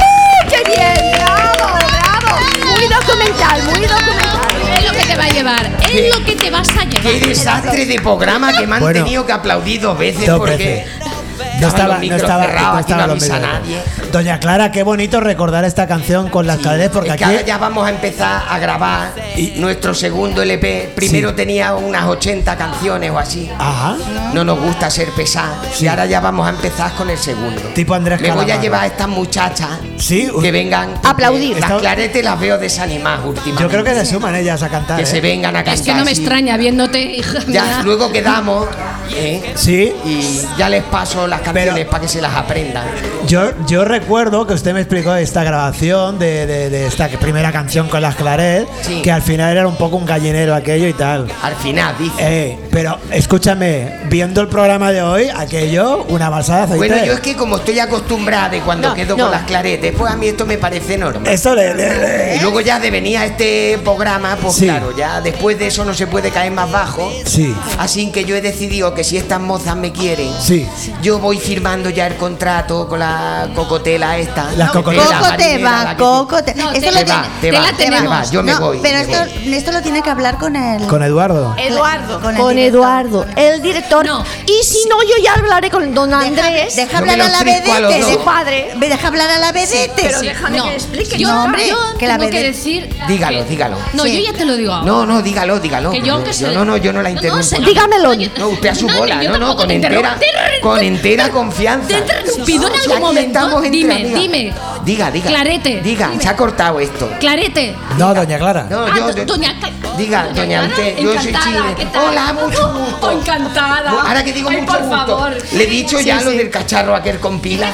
S2: ¡Qué bien! ¡Bravo, bravo! Muy documental, muy documental.
S4: Es lo que te va a llevar,
S9: Sí.
S4: es lo que te vas a
S9: ¡Qué
S4: llevar.
S9: desastre de programa que me han
S1: Bueno.
S9: tenido que aplaudir dos veces
S1: Dos
S9: porque...
S1: veces. No estaba,
S9: los
S1: no
S9: micros
S1: estaba,
S9: cerrados,
S1: no
S9: aquí no
S1: estaba los
S9: avisa
S1: medios.
S9: nadie.
S1: Doña Clara, qué bonito recordar esta canción con las caderas porque
S9: Es que
S1: aquí
S9: ahora ya vamos a empezar a grabar nuestro segundo LP. Primero
S1: Sí.
S9: tenía unas 80 canciones o así.
S1: Ajá.
S9: No nos gusta ser pesados. Y ahora ya vamos a empezar con el segundo.
S1: Tipo Andrés
S9: Me voy a
S1: Calamaro.
S9: llevar a estas muchachas
S1: Sí, u-
S9: que vengan.
S2: Aplaudir.
S9: Las
S1: Está-
S9: claretes las veo desanimadas últimamente.
S1: Yo creo que se suman ellas a cantar.
S9: Que
S1: ¿eh?
S9: se vengan a cantar.
S4: Es que no me
S9: así.
S4: extraña viéndote, hija
S9: Ya
S4: mía.
S9: luego quedamos. ¿eh?
S1: Sí,
S9: Y ya les paso las canciones para que se las aprendan.
S1: yo, yo recuerdo que usted me explicó esta grabación de, de- de esta primera canción con las Claret,
S9: Sí.
S1: que al final era un poco un gallinero aquello y tal.
S9: Al final, dice.
S1: Eh, pero escúchame, viendo el programa de hoy, aquello, una basada de aceite.
S9: Bueno, yo es que como estoy acostumbrada de cuando
S2: No,
S9: quedo
S2: no.
S9: con las claretes, pues a mí esto me parece normal.
S1: Eso le, le- le-
S9: Y luego ya devenía este programa, pues
S1: Sí.
S9: claro, ya después de eso no se puede caer más bajo.
S1: Sí.
S9: Así que yo he decidido que si estas mozas me quieren,
S1: Sí.
S9: yo voy firmando ya el contrato con la cocotela esta.
S1: La cocotela.
S9: Tela,
S3: Coco te
S9: marinera,
S3: va,
S9: la que-
S3: Coco te
S4: No,
S3: Esto
S4: te
S3: lo
S4: la-
S9: Te va,
S3: tiene-
S9: te
S4: te
S9: va,
S4: la
S9: te va,
S4: tenemos.
S9: yo me
S3: No,
S9: voy.
S3: Pero
S9: me
S3: esto,
S9: voy.
S3: esto lo tiene que hablar con él.
S1: con Eduardo.
S2: Eduardo.
S3: Con
S2: Con,
S3: el director.
S2: Eduardo, el director.
S4: No.
S2: Y si no, yo ya hablaré con don Andrés.
S3: Deja
S9: Yo
S3: hablar
S9: me
S3: a
S9: lo
S3: la
S9: tripo a los
S3: vedete.
S9: dos.
S3: de-
S2: Padre.
S3: Ve, Deja hablar a la vedete. sí.
S4: no. que explique. Yo,
S3: No, hombre,
S4: yo
S3: que la
S4: tengo que
S3: vede-
S4: decir...
S9: Dígalo,
S4: que-
S9: dígalo.
S4: No,
S3: Sí.
S4: yo ya te lo digo ahora.
S9: No, no, dígalo, dígalo.
S4: Que yo, aunque se-
S9: no, no, yo no la interrumpo.
S4: se lo-
S2: Dígamelo.
S4: yo-
S9: No, usted a su
S7: su
S4: no,
S7: bola,
S4: yo
S7: no, no,
S4: tampoco
S7: con
S4: te
S7: entera,
S4: interrumpo.
S7: con entera confianza.
S4: Te he interrumpido en
S7: Si
S4: algún
S7: aquí
S4: momento.
S7: estamos entre
S4: Dime,
S7: amigas.
S4: dime.
S7: Diga, diga.
S4: Clarete.
S7: Diga,
S4: Dime.
S7: se ha cortado esto.
S4: Clarete.
S1: No, doña Clara.
S7: No,
S4: Ah,
S7: yo,
S4: do- doña Cla-
S7: Diga, doña
S4: Clara,
S7: Ante, yo soy
S4: encantada,
S7: Chile.
S4: ¿qué tal?
S7: Hola, mucho gusto.
S4: Encantada.
S7: Ahora que digo
S4: Ay,
S7: mucho
S4: por
S7: gusto.
S4: favor.
S7: Le he dicho
S4: Sí,
S7: ya lo
S4: sí.
S7: del cacharro aquel con pila.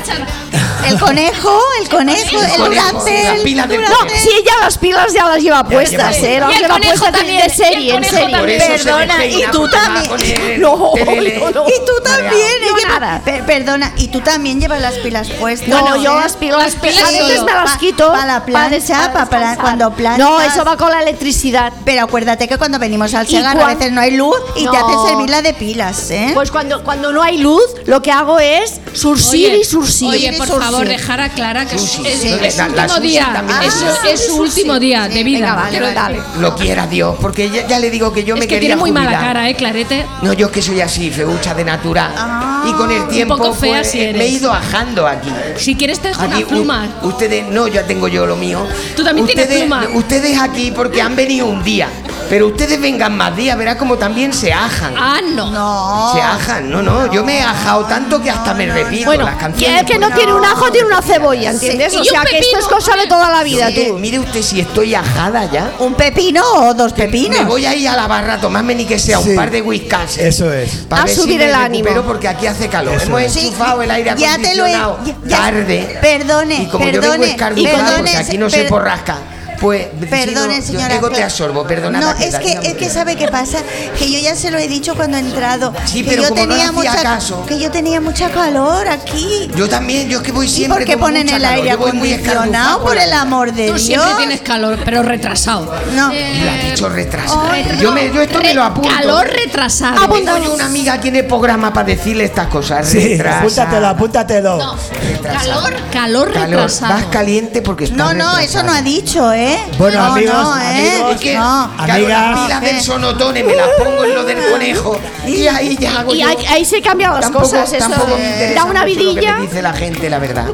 S3: El conejo, el conejo,
S7: El
S3: el
S7: conejo,
S3: durante,
S7: las
S3: el
S7: pilas del
S3: Duracell.
S7: conejo.
S2: Si ella las pilas ya las lleva puestas,
S7: lleva
S2: ¿eh?
S4: puestas.
S2: Las
S4: Y el
S2: lleva
S4: conejo
S2: puestas de-
S4: también,
S2: de
S4: y el
S2: serie, en
S4: conejo
S2: serie.
S7: Por
S4: también.
S7: eso se
S2: Perdona, y
S7: despeina
S2: tú
S7: porque va
S2: también.
S7: con el
S2: No,
S7: telele.
S2: no, no.
S3: Y tú también.
S2: Yo
S3: y que-
S2: nada.
S3: per- perdona, y tú también llevas las pilas puestas.
S2: No,
S3: Bueno,
S2: yo
S3: ¿eh?
S2: las pilas,
S4: Las pilas
S2: a veces
S4: solo.
S2: me las
S3: Pa-
S2: quito.
S3: pa la
S2: pa des-
S3: plancha, pa- para
S2: descansar.
S3: cuando planchas.
S2: No, eso va con la electricidad.
S3: Pero acuérdate que cuando venimos al
S2: ¿Y
S3: Segar a
S2: cuán-
S3: veces no hay luz y te
S2: No.
S3: hacen servir la de pilas, ¿eh?
S2: Pues cuando, cuando no hay luz, lo que hago es surcir y surcir.
S4: Oye, por
S2: Surcir.
S4: favor, dejar a Clara que es, es-
S3: sí.
S4: es su
S7: La- la
S4: último
S7: Susi
S4: día.
S7: también
S4: Es,
S7: es
S4: su-
S7: Susi.
S4: es su último día
S3: Sí,
S4: de vida.
S3: venga, vale,
S4: Quiero
S3: vale.
S4: decir.
S7: Lo quiera Dios, porque ya, ya le digo que yo me
S4: Es que
S7: quería
S4: tiene muy mala
S7: jubilar.
S4: cara, ¿eh, Clarete?
S7: No, yo es que soy así, feucha de natural.
S3: Ah.
S7: y con el tiempo
S4: poco fea sí
S7: eh,
S4: eres.
S7: me he ido ajando aquí.
S4: Si quieres te dejo una
S7: Aquí, u-
S4: pluma.
S7: ustedes no, ya tengo yo lo mío.
S4: Tú también tienes
S7: ustedes,
S4: pluma.
S7: Ustedes aquí porque han venido un día, pero ustedes vengan más días, verás como también se ajan.
S4: Ah, no.
S3: no.
S7: Se ajan, no, no, yo me he ajado tanto que hasta me repito
S2: Bueno,
S7: las
S2: y
S7: canciones.
S2: el que no tiene un ajo tiene una cebolla, ¿entiendes?
S4: Sí.
S2: O
S4: Y un
S2: sea que esto es
S4: pepino,
S2: cosa de toda la vida,
S7: mire,
S2: tú.
S7: mire usted si estoy ajada ya.
S3: ¿Un pepino o dos pepinos?
S7: Me voy a ir a la barra a tomarme ni que sea
S1: Sí.
S7: un par de whiskas.
S1: Eso es.
S7: Para
S2: A
S7: ver
S2: subir
S7: si me
S2: el ánimo.
S7: recupero porque aquí hace calor.
S1: Eso
S7: Hemos
S1: es.
S7: enchufado el aire
S3: ya te lo he-
S7: acondicionado
S3: ya- ya-
S7: tarde.
S3: perdone,
S7: Y como yo vengo
S3: perdone,
S7: escarmentada
S3: perdone,
S7: porque aquí no se
S3: per-
S7: porrasca. Pues,
S3: Perdone,
S7: si no,
S3: señora.
S7: Yo digo, te
S3: Clara.
S7: absorbo, perdona.
S3: No,
S7: Raquel,
S3: es que,
S7: Daniela,
S3: es que
S7: porque-
S3: sabe qué pasa, que yo ya se lo he dicho cuando he entrado.
S7: Sí,
S3: que
S7: pero
S3: yo
S7: como no le
S3: tenía
S7: hacía
S3: mucha,
S7: caso.
S3: Que yo tenía mucha calor aquí.
S7: Yo también, yo es que voy
S3: ¿Y
S7: siempre.
S3: por qué
S7: con
S3: ponen
S7: mucha
S3: el
S7: calor,
S3: aire
S7: yo voy muy escarnufado
S3: acondicionado, por
S7: la-
S3: el amor de
S4: Tú
S3: Dios?
S4: siempre tienes calor, pero retrasado.
S3: No.
S7: Y lo ha dicho retrasado.
S4: Ay,
S7: yo, me, yo esto me lo apunto.
S4: Calor retrasado.
S7: Tengo yo una amiga aquí en el programa para decirle estas cosas.
S1: Sí,
S7: Retrasa.
S1: apúntatelo, apúntatelo.
S4: No,
S7: Retrasado.
S4: calor, calor
S7: Calor,
S4: retrasado.
S7: Vas caliente porque estás
S3: No, no, eso
S7: retrasada.
S3: no ha dicho, ¿eh?
S1: Bueno,
S3: No,
S1: amigos,
S3: no, ¿eh?
S1: amigos,
S7: Es
S3: no.
S7: que que hago las
S1: Amigas.
S7: pilas
S3: Eh.
S7: del sonotone, me las pongo en lo del conejo. Y ahí ya hago
S2: Y
S7: yo.
S2: ahí, ahí se cambian las
S7: Tampoco-
S2: cosas. Eso
S7: tampoco me
S2: eh,
S7: interesa
S2: da una
S7: mucho lo que
S2: vidilla.
S7: me dice la gente, la verdad.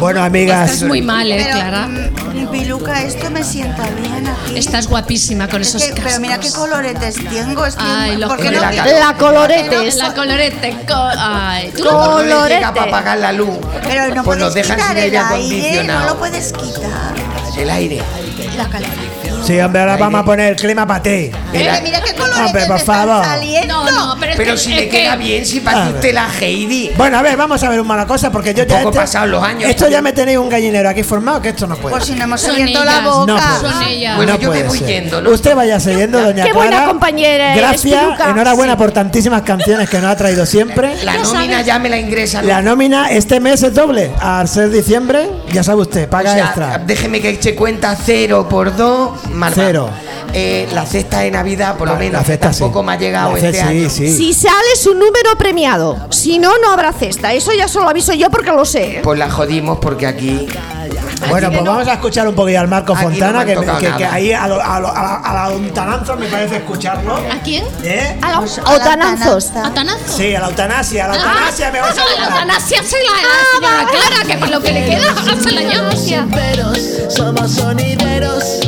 S1: Bueno,
S4: Estás
S1: amigas.
S4: muy mal, eh,
S3: Pero,
S4: Clara.
S3: mm, Piluca, esto me sienta bien aquí.
S4: Estás guapísima con
S3: Es
S4: esos
S3: que-
S4: cascos.
S3: Pero mira qué coloretes tengo. Es que,
S4: Ay, los
S3: ¿por qué
S7: que-
S3: no?
S7: La
S3: vi-
S7: cara.
S2: La coloretes.
S4: La colorete. co- Ay, tú
S7: Como no le
S2: Colorete.
S7: llega para apagar la luz.
S3: Pero no
S7: pues nos
S3: puedes
S7: dejan sin
S3: quitar el
S7: aire
S3: aire, no
S7: acondicionado.
S3: lo puedes quitar.
S7: El aire.
S3: La calefacción.
S1: Sí, hombre, ahora vamos a poner clima para ti.
S7: El
S3: Mira,
S7: aire.
S3: mira qué
S1: Hombre,
S3: coloretes
S1: por
S3: me están
S1: favor.
S3: saliendo.
S4: No, no, pero, es
S7: Pero
S4: que-
S7: si
S4: es
S7: le queda
S4: que-
S7: bien, si
S1: A
S7: pasa
S1: ver.
S7: usted la Heidi.
S1: Ah, Bueno, a ver, vamos a ver una cosa, porque yo ya. este,
S7: poco pasados los años.
S1: Esto ya me tenéis un gallinero aquí formado, que esto no puede.
S3: Por si no hemos
S4: Son
S3: abierto la
S4: ellas.
S1: No,
S3: boca.
S1: pues.
S4: Son ellas.
S7: Pues Bueno,
S1: no
S7: yo me
S1: puede
S7: voy
S1: ser.
S7: yendo, ¿no?
S1: Usted vaya siguiendo, doña
S2: Qué
S1: Clara.
S2: buena compañera eres,
S1: Gracias,
S2: Piluca.
S1: enhorabuena
S2: Sí.
S1: por tantísimas canciones que nos ha traído siempre.
S7: La nómina ya me la ingresa.
S1: La nómina este mes es doble. Al ser diciembre, ya sabe usted,
S7: O
S1: paga
S7: sea,
S1: extra.
S7: déjeme que eche cuenta 0 por 2, más
S1: Cero.
S7: Eh, la cesta de Navidad, por lo
S1: La-
S7: menos,
S1: la cesta sí.
S7: tampoco me ha llegado
S1: La
S7: este
S1: cesta sí,
S7: año.
S1: sí.
S2: Si sale su número premiado. Si no, no habrá cesta. Eso ya se lo aviso yo porque lo sé. ¿eh?
S7: Pues la jodimos porque aquí.
S1: Bueno, pues vamos a escuchar un poquillo al Marco
S7: Aquí no me
S1: Fontana,
S7: han
S1: que,
S7: tocado
S1: que- que
S7: nada.
S1: ahí a, lo- a, lo- a la- a la lontananza me parece escucharlo.
S4: ¿A quién?
S1: ¿Eh?
S2: A los otananzos.
S4: ¿A Tanazo?
S1: Sí, a la eutanasia, a la eutanasia me
S2: Ah,
S1: vais a
S4: la
S1: hablar.
S4: eutanasia Ah, se la la señora Clara, que para lo que le queda, se la llama.
S8: Pero somos sonideros.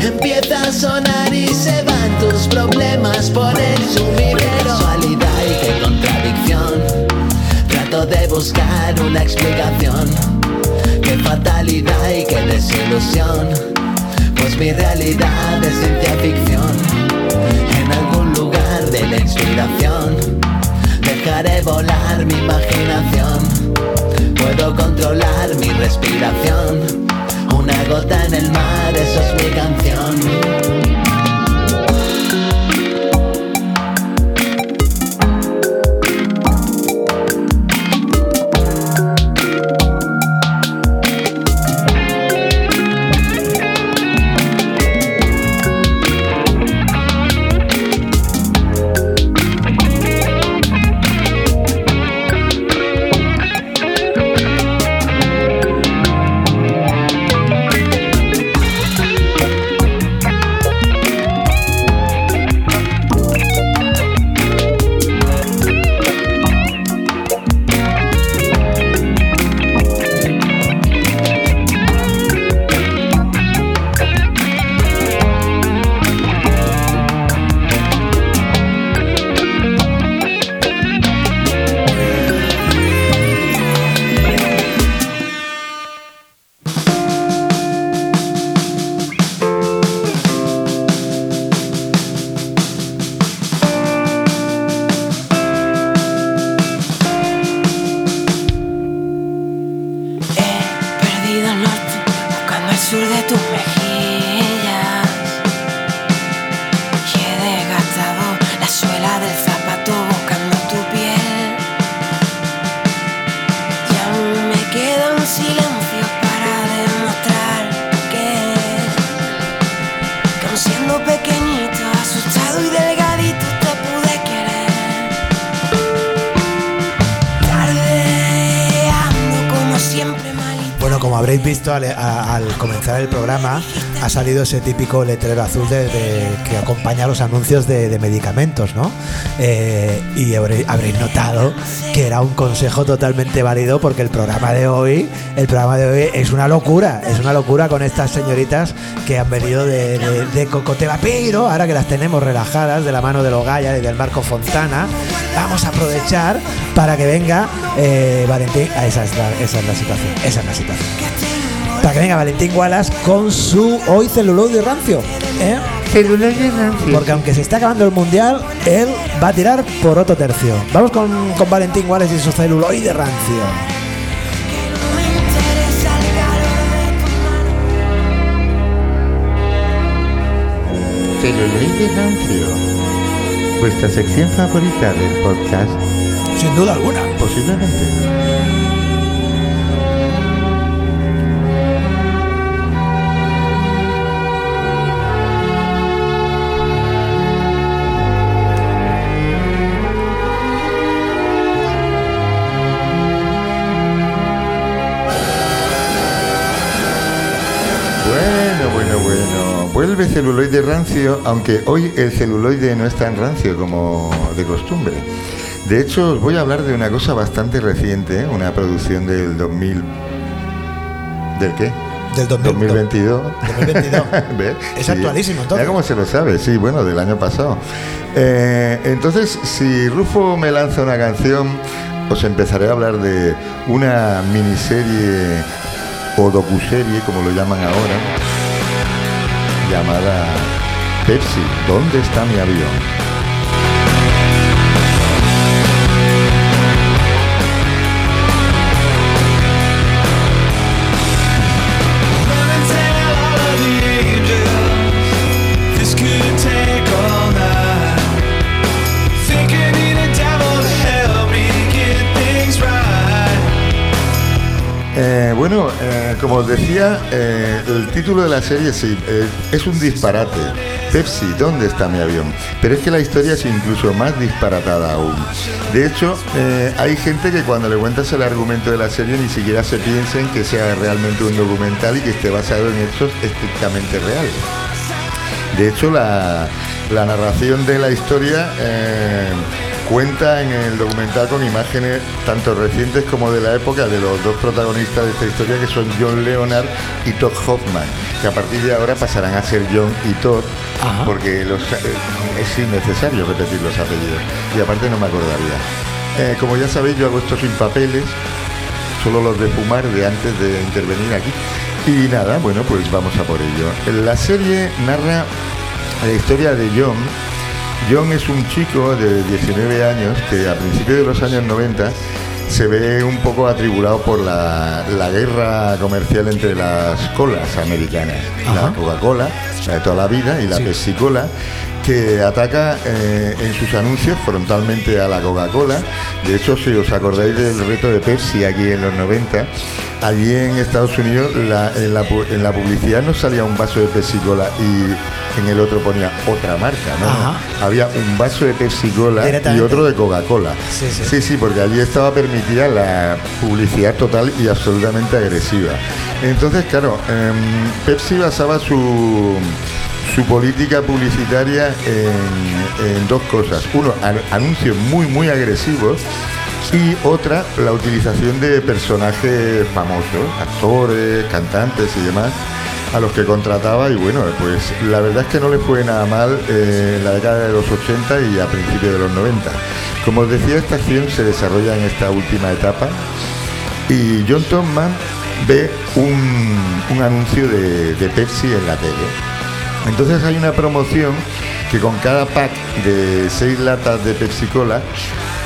S8: Empieza a sonar y se van tus problemas por el sumidero. Casualidad y qué contradicción. Trato de buscar una explicación. Qué fatalidad y qué desilusión. Pues mi realidad es ciencia ficción. En algún lugar de la inspiración. Dejaré volar mi imaginación. Puedo controlar mi respiración. Una gota en el mar, eso es mi canción.
S1: habréis visto al, a- al comenzar el programa, ha salido ese típico letrero azul de, de- que acompaña los anuncios de, de medicamentos, ¿no? Eh, y habré- habréis notado que era un consejo totalmente válido porque el programa de hoy, el programa de hoy es una locura, es una locura con estas señoritas que han venido de, de, Eh, de Cocote Vampiro, ahora que las tenemos relajadas de la mano de Logaya y del Marco Fontana, vamos a aprovechar para que venga eh, Valentín, ah, esa es, la, esa es la situación, esa es la situación. Para que venga Valentín Wallace con su hoy celuloide rancio, ¿eh?
S10: Celular de rancio.
S1: Porque aunque se está acabando el mundial, él va a tirar por otro tercio. Vamos con, con Valentín Wallace y su celuloide rancio.
S10: Celuloide rancio. Vuestra sección favorita del podcast,
S1: Sin duda alguna.
S10: posiblemente. Bueno, bueno, bueno. Vuelve celuloide rancio, aunque hoy el celuloide no es tan rancio como de costumbre. De hecho, os voy a hablar de una cosa bastante reciente, ¿eh? una producción del 2000... ¿Del qué?
S1: Del 2000.
S10: 2022.
S1: 2022.
S10: ¿Ves?
S1: Es actualísimo, entonces.
S10: Mira cómo se lo sabe, sí, bueno, del año pasado. Eh, entonces, si Rufo me lanza una canción, os empezaré a hablar de una miniserie o docuserie, como lo llaman ahora, llamada Pepsi, ¿dónde está mi avión? Eh, bueno, eh, como os decía, eh, el título de la serie sí, eh, es un disparate. Pepsi, ¿dónde está mi avión? Pero es que la historia es incluso más disparatada aún. De hecho, eh, hay gente que cuando le cuentas el argumento de la serie ni siquiera se piensa en que sea realmente un documental y que esté basado en hechos estrictamente reales. De hecho, la, la narración de la historia eh, cuenta en el documental con imágenes tanto recientes como de la época de los dos protagonistas de esta historia, que son John Leonard y Todd Hoffman, que a partir de ahora pasarán a ser John y Todd, porque los, eh, es innecesario repetir los apellidos. Y aparte no me acordaría. Eh, como ya sabéis, yo hago esto sin papeles, solo los de fumar de antes de intervenir aquí. Y nada, bueno, pues vamos a por ello. La serie narra la historia de John. John es un chico de 19 años que a principios de los años 90 ¿eh? se ve un poco atribulado por la, la guerra comercial entre las colas americanas, la Coca-Cola, la de toda la vida, y la Pepsi-Cola, que ataca eh, en sus anuncios frontalmente a la Coca-Cola. De hecho, si os acordáis del reto de Pepsi aquí en los 90, allí en Estados Unidos la- en, la, pu- en la publicidad no salía un vaso de Pepsi-Cola y en el otro ponía otra marca, ¿no?
S1: Ajá.
S10: Había un vaso de Pepsi-Cola y
S1: Directamente.
S10: otro de Coca-Cola.
S1: Sí, sí.
S10: Sí, sí, porque allí estaba permitida la publicidad total y absolutamente agresiva. Entonces, claro, em, Pepsi basaba su, su política publicitaria en, en dos cosas. Uno, an- anuncios muy, muy agresivos. Y otra, la utilización de personajes famosos, actores, cantantes y demás, a los que contrataba y bueno, pues la verdad es que no le fue nada mal eh, en la década de los 80 y a principios de los 90. Como os decía, esta acción se desarrolla en esta última etapa y John Tomman ve un, un anuncio de, de Pepsi en la tele. Entonces hay una promoción que con cada pack de seis latas de Pepsi Cola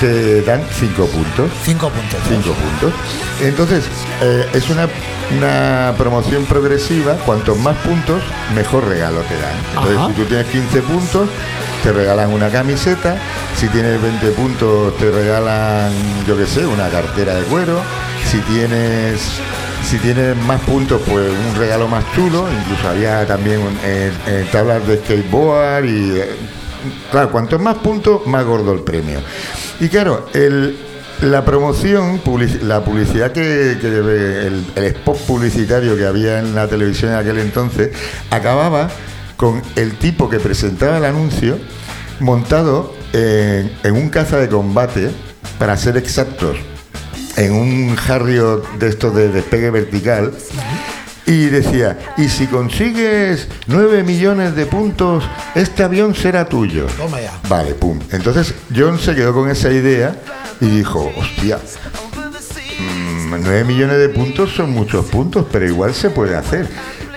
S10: te dan cinco puntos.
S1: Cinco puntos.
S10: Cinco puntos. Entonces, eh, es una, una promoción progresiva. Cuantos más puntos, mejor regalo te dan. Entonces,
S1: Ajá.
S10: si tú tienes 15 puntos, te regalan una camiseta. Si tienes 20 puntos, te regalan, yo qué sé, una cartera de cuero. Si tienes... Si tienes más puntos, pues un regalo más chulo. Incluso había también eh, eh, tablas de skateboard y eh, Claro, cuantos más puntos, más gordo el premio. Y claro, el, La promoción, publici- la publicidad que, que el, el spot publicitario que había en la televisión en aquel entonces, acababa con el tipo que presentaba el anuncio montado en, en un caza de combate, para ser exactos, en un jarrio de estos de despegue vertical. Y decía, y si consigues 9 millones de puntos, este avión será tuyo.
S1: Toma ya.
S10: Vale, pum. Entonces John se quedó con esa idea y dijo, hostia, mm, 9 millones de puntos son muchos puntos, pero igual se puede hacer.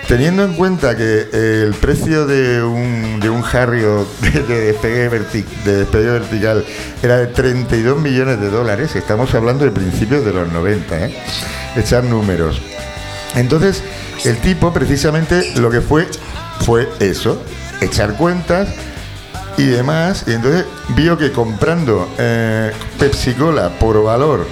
S10: Teniendo en cuenta que eh, el precio de un, de un Harrier de, de despegue verti- de despegue vertical era de 32 millones de dólares, estamos hablando de principios de los 90, ¿eh? echar números. Entonces, el tipo precisamente lo que fue fue eso, echar cuentas y demás. Y entonces vio que comprando eh, Pepsi Cola por valor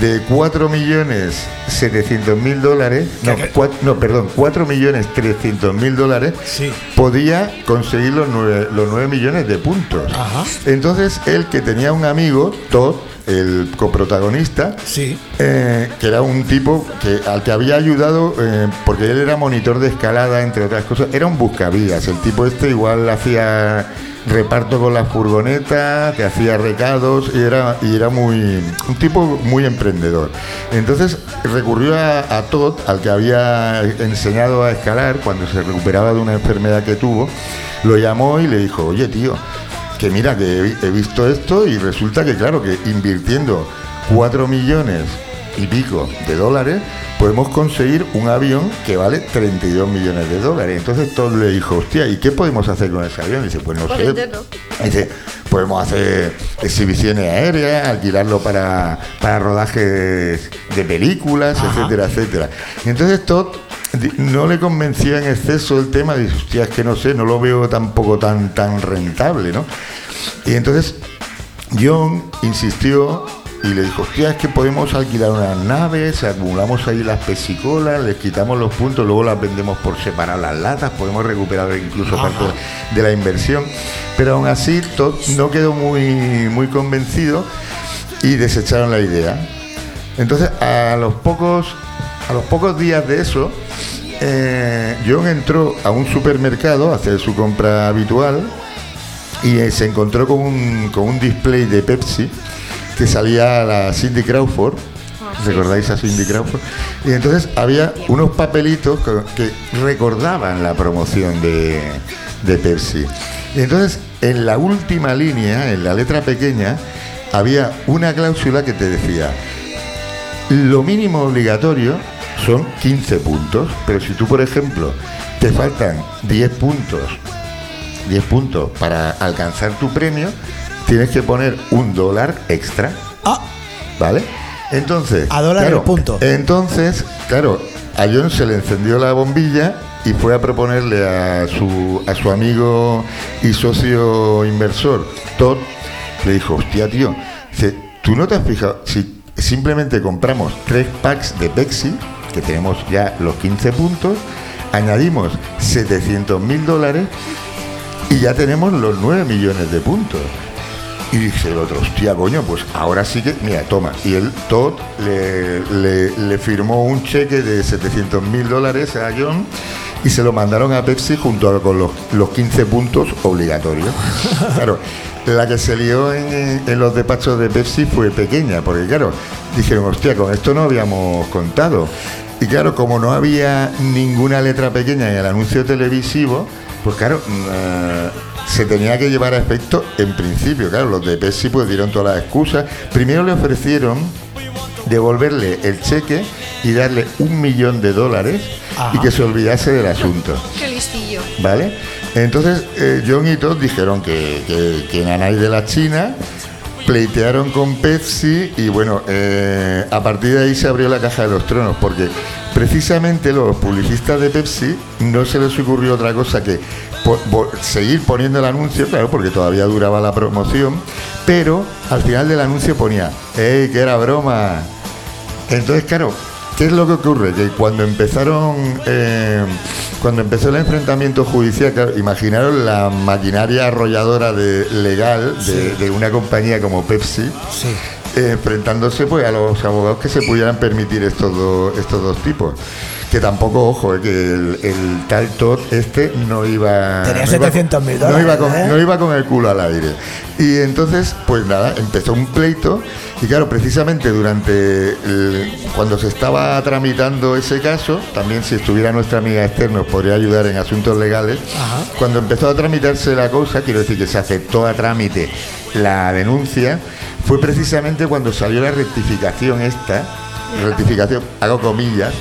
S10: de 4 millones 700 mil dólares, no,
S1: Que- que-
S10: cua- no, perdón, 4 millones 300 mil dólares,
S1: Sí.
S10: podía conseguir los 9, los nueve millones de puntos.
S1: Ajá.
S10: Entonces él que tenía un amigo, Todd, el coprotagonista,
S1: Sí.
S10: eh, que era un tipo que, al que había ayudado, eh, porque él era monitor de escalada, entre otras cosas, era un buscavías. El tipo este igual hacía reparto con las furgonetas, te hacía recados y era, y era muy un tipo muy emprendedor. Entonces recurrió a, a Todd, al que había enseñado a escalar cuando se recuperaba de una enfermedad que tuvo, lo llamó y le dijo, oye tío, que mira, que he, vi- he visto esto y resulta que, claro, que invirtiendo 4 millones y pico de dólares, podemos conseguir un avión que vale 32 millones de dólares. Entonces Todd le dijo, hostia, ¿y qué podemos hacer con ese avión? dice, pues no sé. Dice, podemos hacer exhibiciones aéreas, alquilarlo para, para rodajes de películas, etcétera, etcétera. Y entonces Todd Di- no le convencía en exceso el tema, dice, hostia, es que no sé, no lo veo tampoco tan, tan rentable, ¿no? Y entonces John insistió y le dijo, hostia, es que podemos alquilar unas naves, acumulamos ahí las pesicolas, les quitamos los puntos, luego las vendemos por separar las latas, podemos recuperar incluso parte de la inversión. Pero aún así Todd no quedó muy, muy convencido y desecharon la idea. Entonces, a los pocos, a los pocos días de eso, eh, John entró a un supermercado a hacer su compra habitual y eh, se encontró con un, con un display de Pepsi que salía la Cindy Crawford. ¿Recordáis a Cindy Crawford? Y entonces había unos papelitos que, que recordaban la promoción de, de Pepsi. Y entonces en la última línea, en la letra pequeña, había una cláusula que te decía, lo mínimo obligatorio son 15 puntos, pero si tú, por ejemplo, te faltan 10 puntos 10 puntos para alcanzar tu premio, tienes que poner un dólar extra,
S1: Ah,
S10: ¿vale? Entonces.
S1: A dólar
S10: claro,
S1: el punto.
S10: Entonces, claro, a John se le encendió la bombilla y fue a proponerle a su, a su amigo y socio inversor, Todd, le dijo, hostia, tío, dice, tú no te has fijado, si simplemente compramos tres packs de Pepsi, que tenemos ya los 15 puntos, añadimos 700 mil dólares y ya tenemos los 9 millones de puntos. Y dice el otro, hostia, coño, pues ahora sí que, mira, toma. Y él, Todd, le, le- le firmó un cheque de 700 mil dólares a John y se lo mandaron a Pepsi junto a- con los, los 15 puntos obligatorios. Claro, la que se lió en, en los despachos de Pepsi fue pequeña, porque claro, dijeron, hostia, con esto no habíamos contado. Y claro, como no había ninguna letra pequeña en el anuncio televisivo, pues claro, mm, eh, se tenía que llevar a efecto en principio. Claro, los de Pepsi pues dieron todas las excusas. Primero le ofrecieron devolverle el cheque y darle un millón de dólares y que se olvidase del asunto.
S2: Qué listillo.
S10: ¿Vale? Entonces, eh, John y Todd dijeron que, que, que Nanay de la China pleitearon con Pepsi y bueno, eh, a partir de ahí se abrió la caja de los tronos porque precisamente los publicistas de Pepsi no se les ocurrió otra cosa que po- po- seguir poniendo el anuncio, claro, porque todavía duraba la promoción, pero al final del anuncio ponía, ¡Ey, que era broma! Entonces, claro, ¿qué es lo que ocurre? Que cuando empezaron, eh, cuando empezó el enfrentamiento judicial, claro, imaginaron la maquinaria arrolladora de, legal de, de una compañía como Pepsi,
S1: sí.
S10: eh, enfrentándose pues a los abogados que se pudieran permitir estos dos, estos dos tipos. Que tampoco, ojo, eh, que el, el tal Todd este no iba...
S1: Tenía
S10: no iba-
S1: 700.000
S10: no iba con-
S1: dólares, ¿eh?
S10: no iba con el culo al aire. Y entonces, pues nada, empezó un pleito y claro, precisamente durante el- cuando se estaba tramitando ese caso, también si estuviera nuestra amiga Esther nos podría ayudar en asuntos legales, cuando empezó a tramitarse la cosa, quiero decir que se aceptó a trámite la denuncia, fue precisamente cuando salió la rectificación esta, rectificación, hago comillas,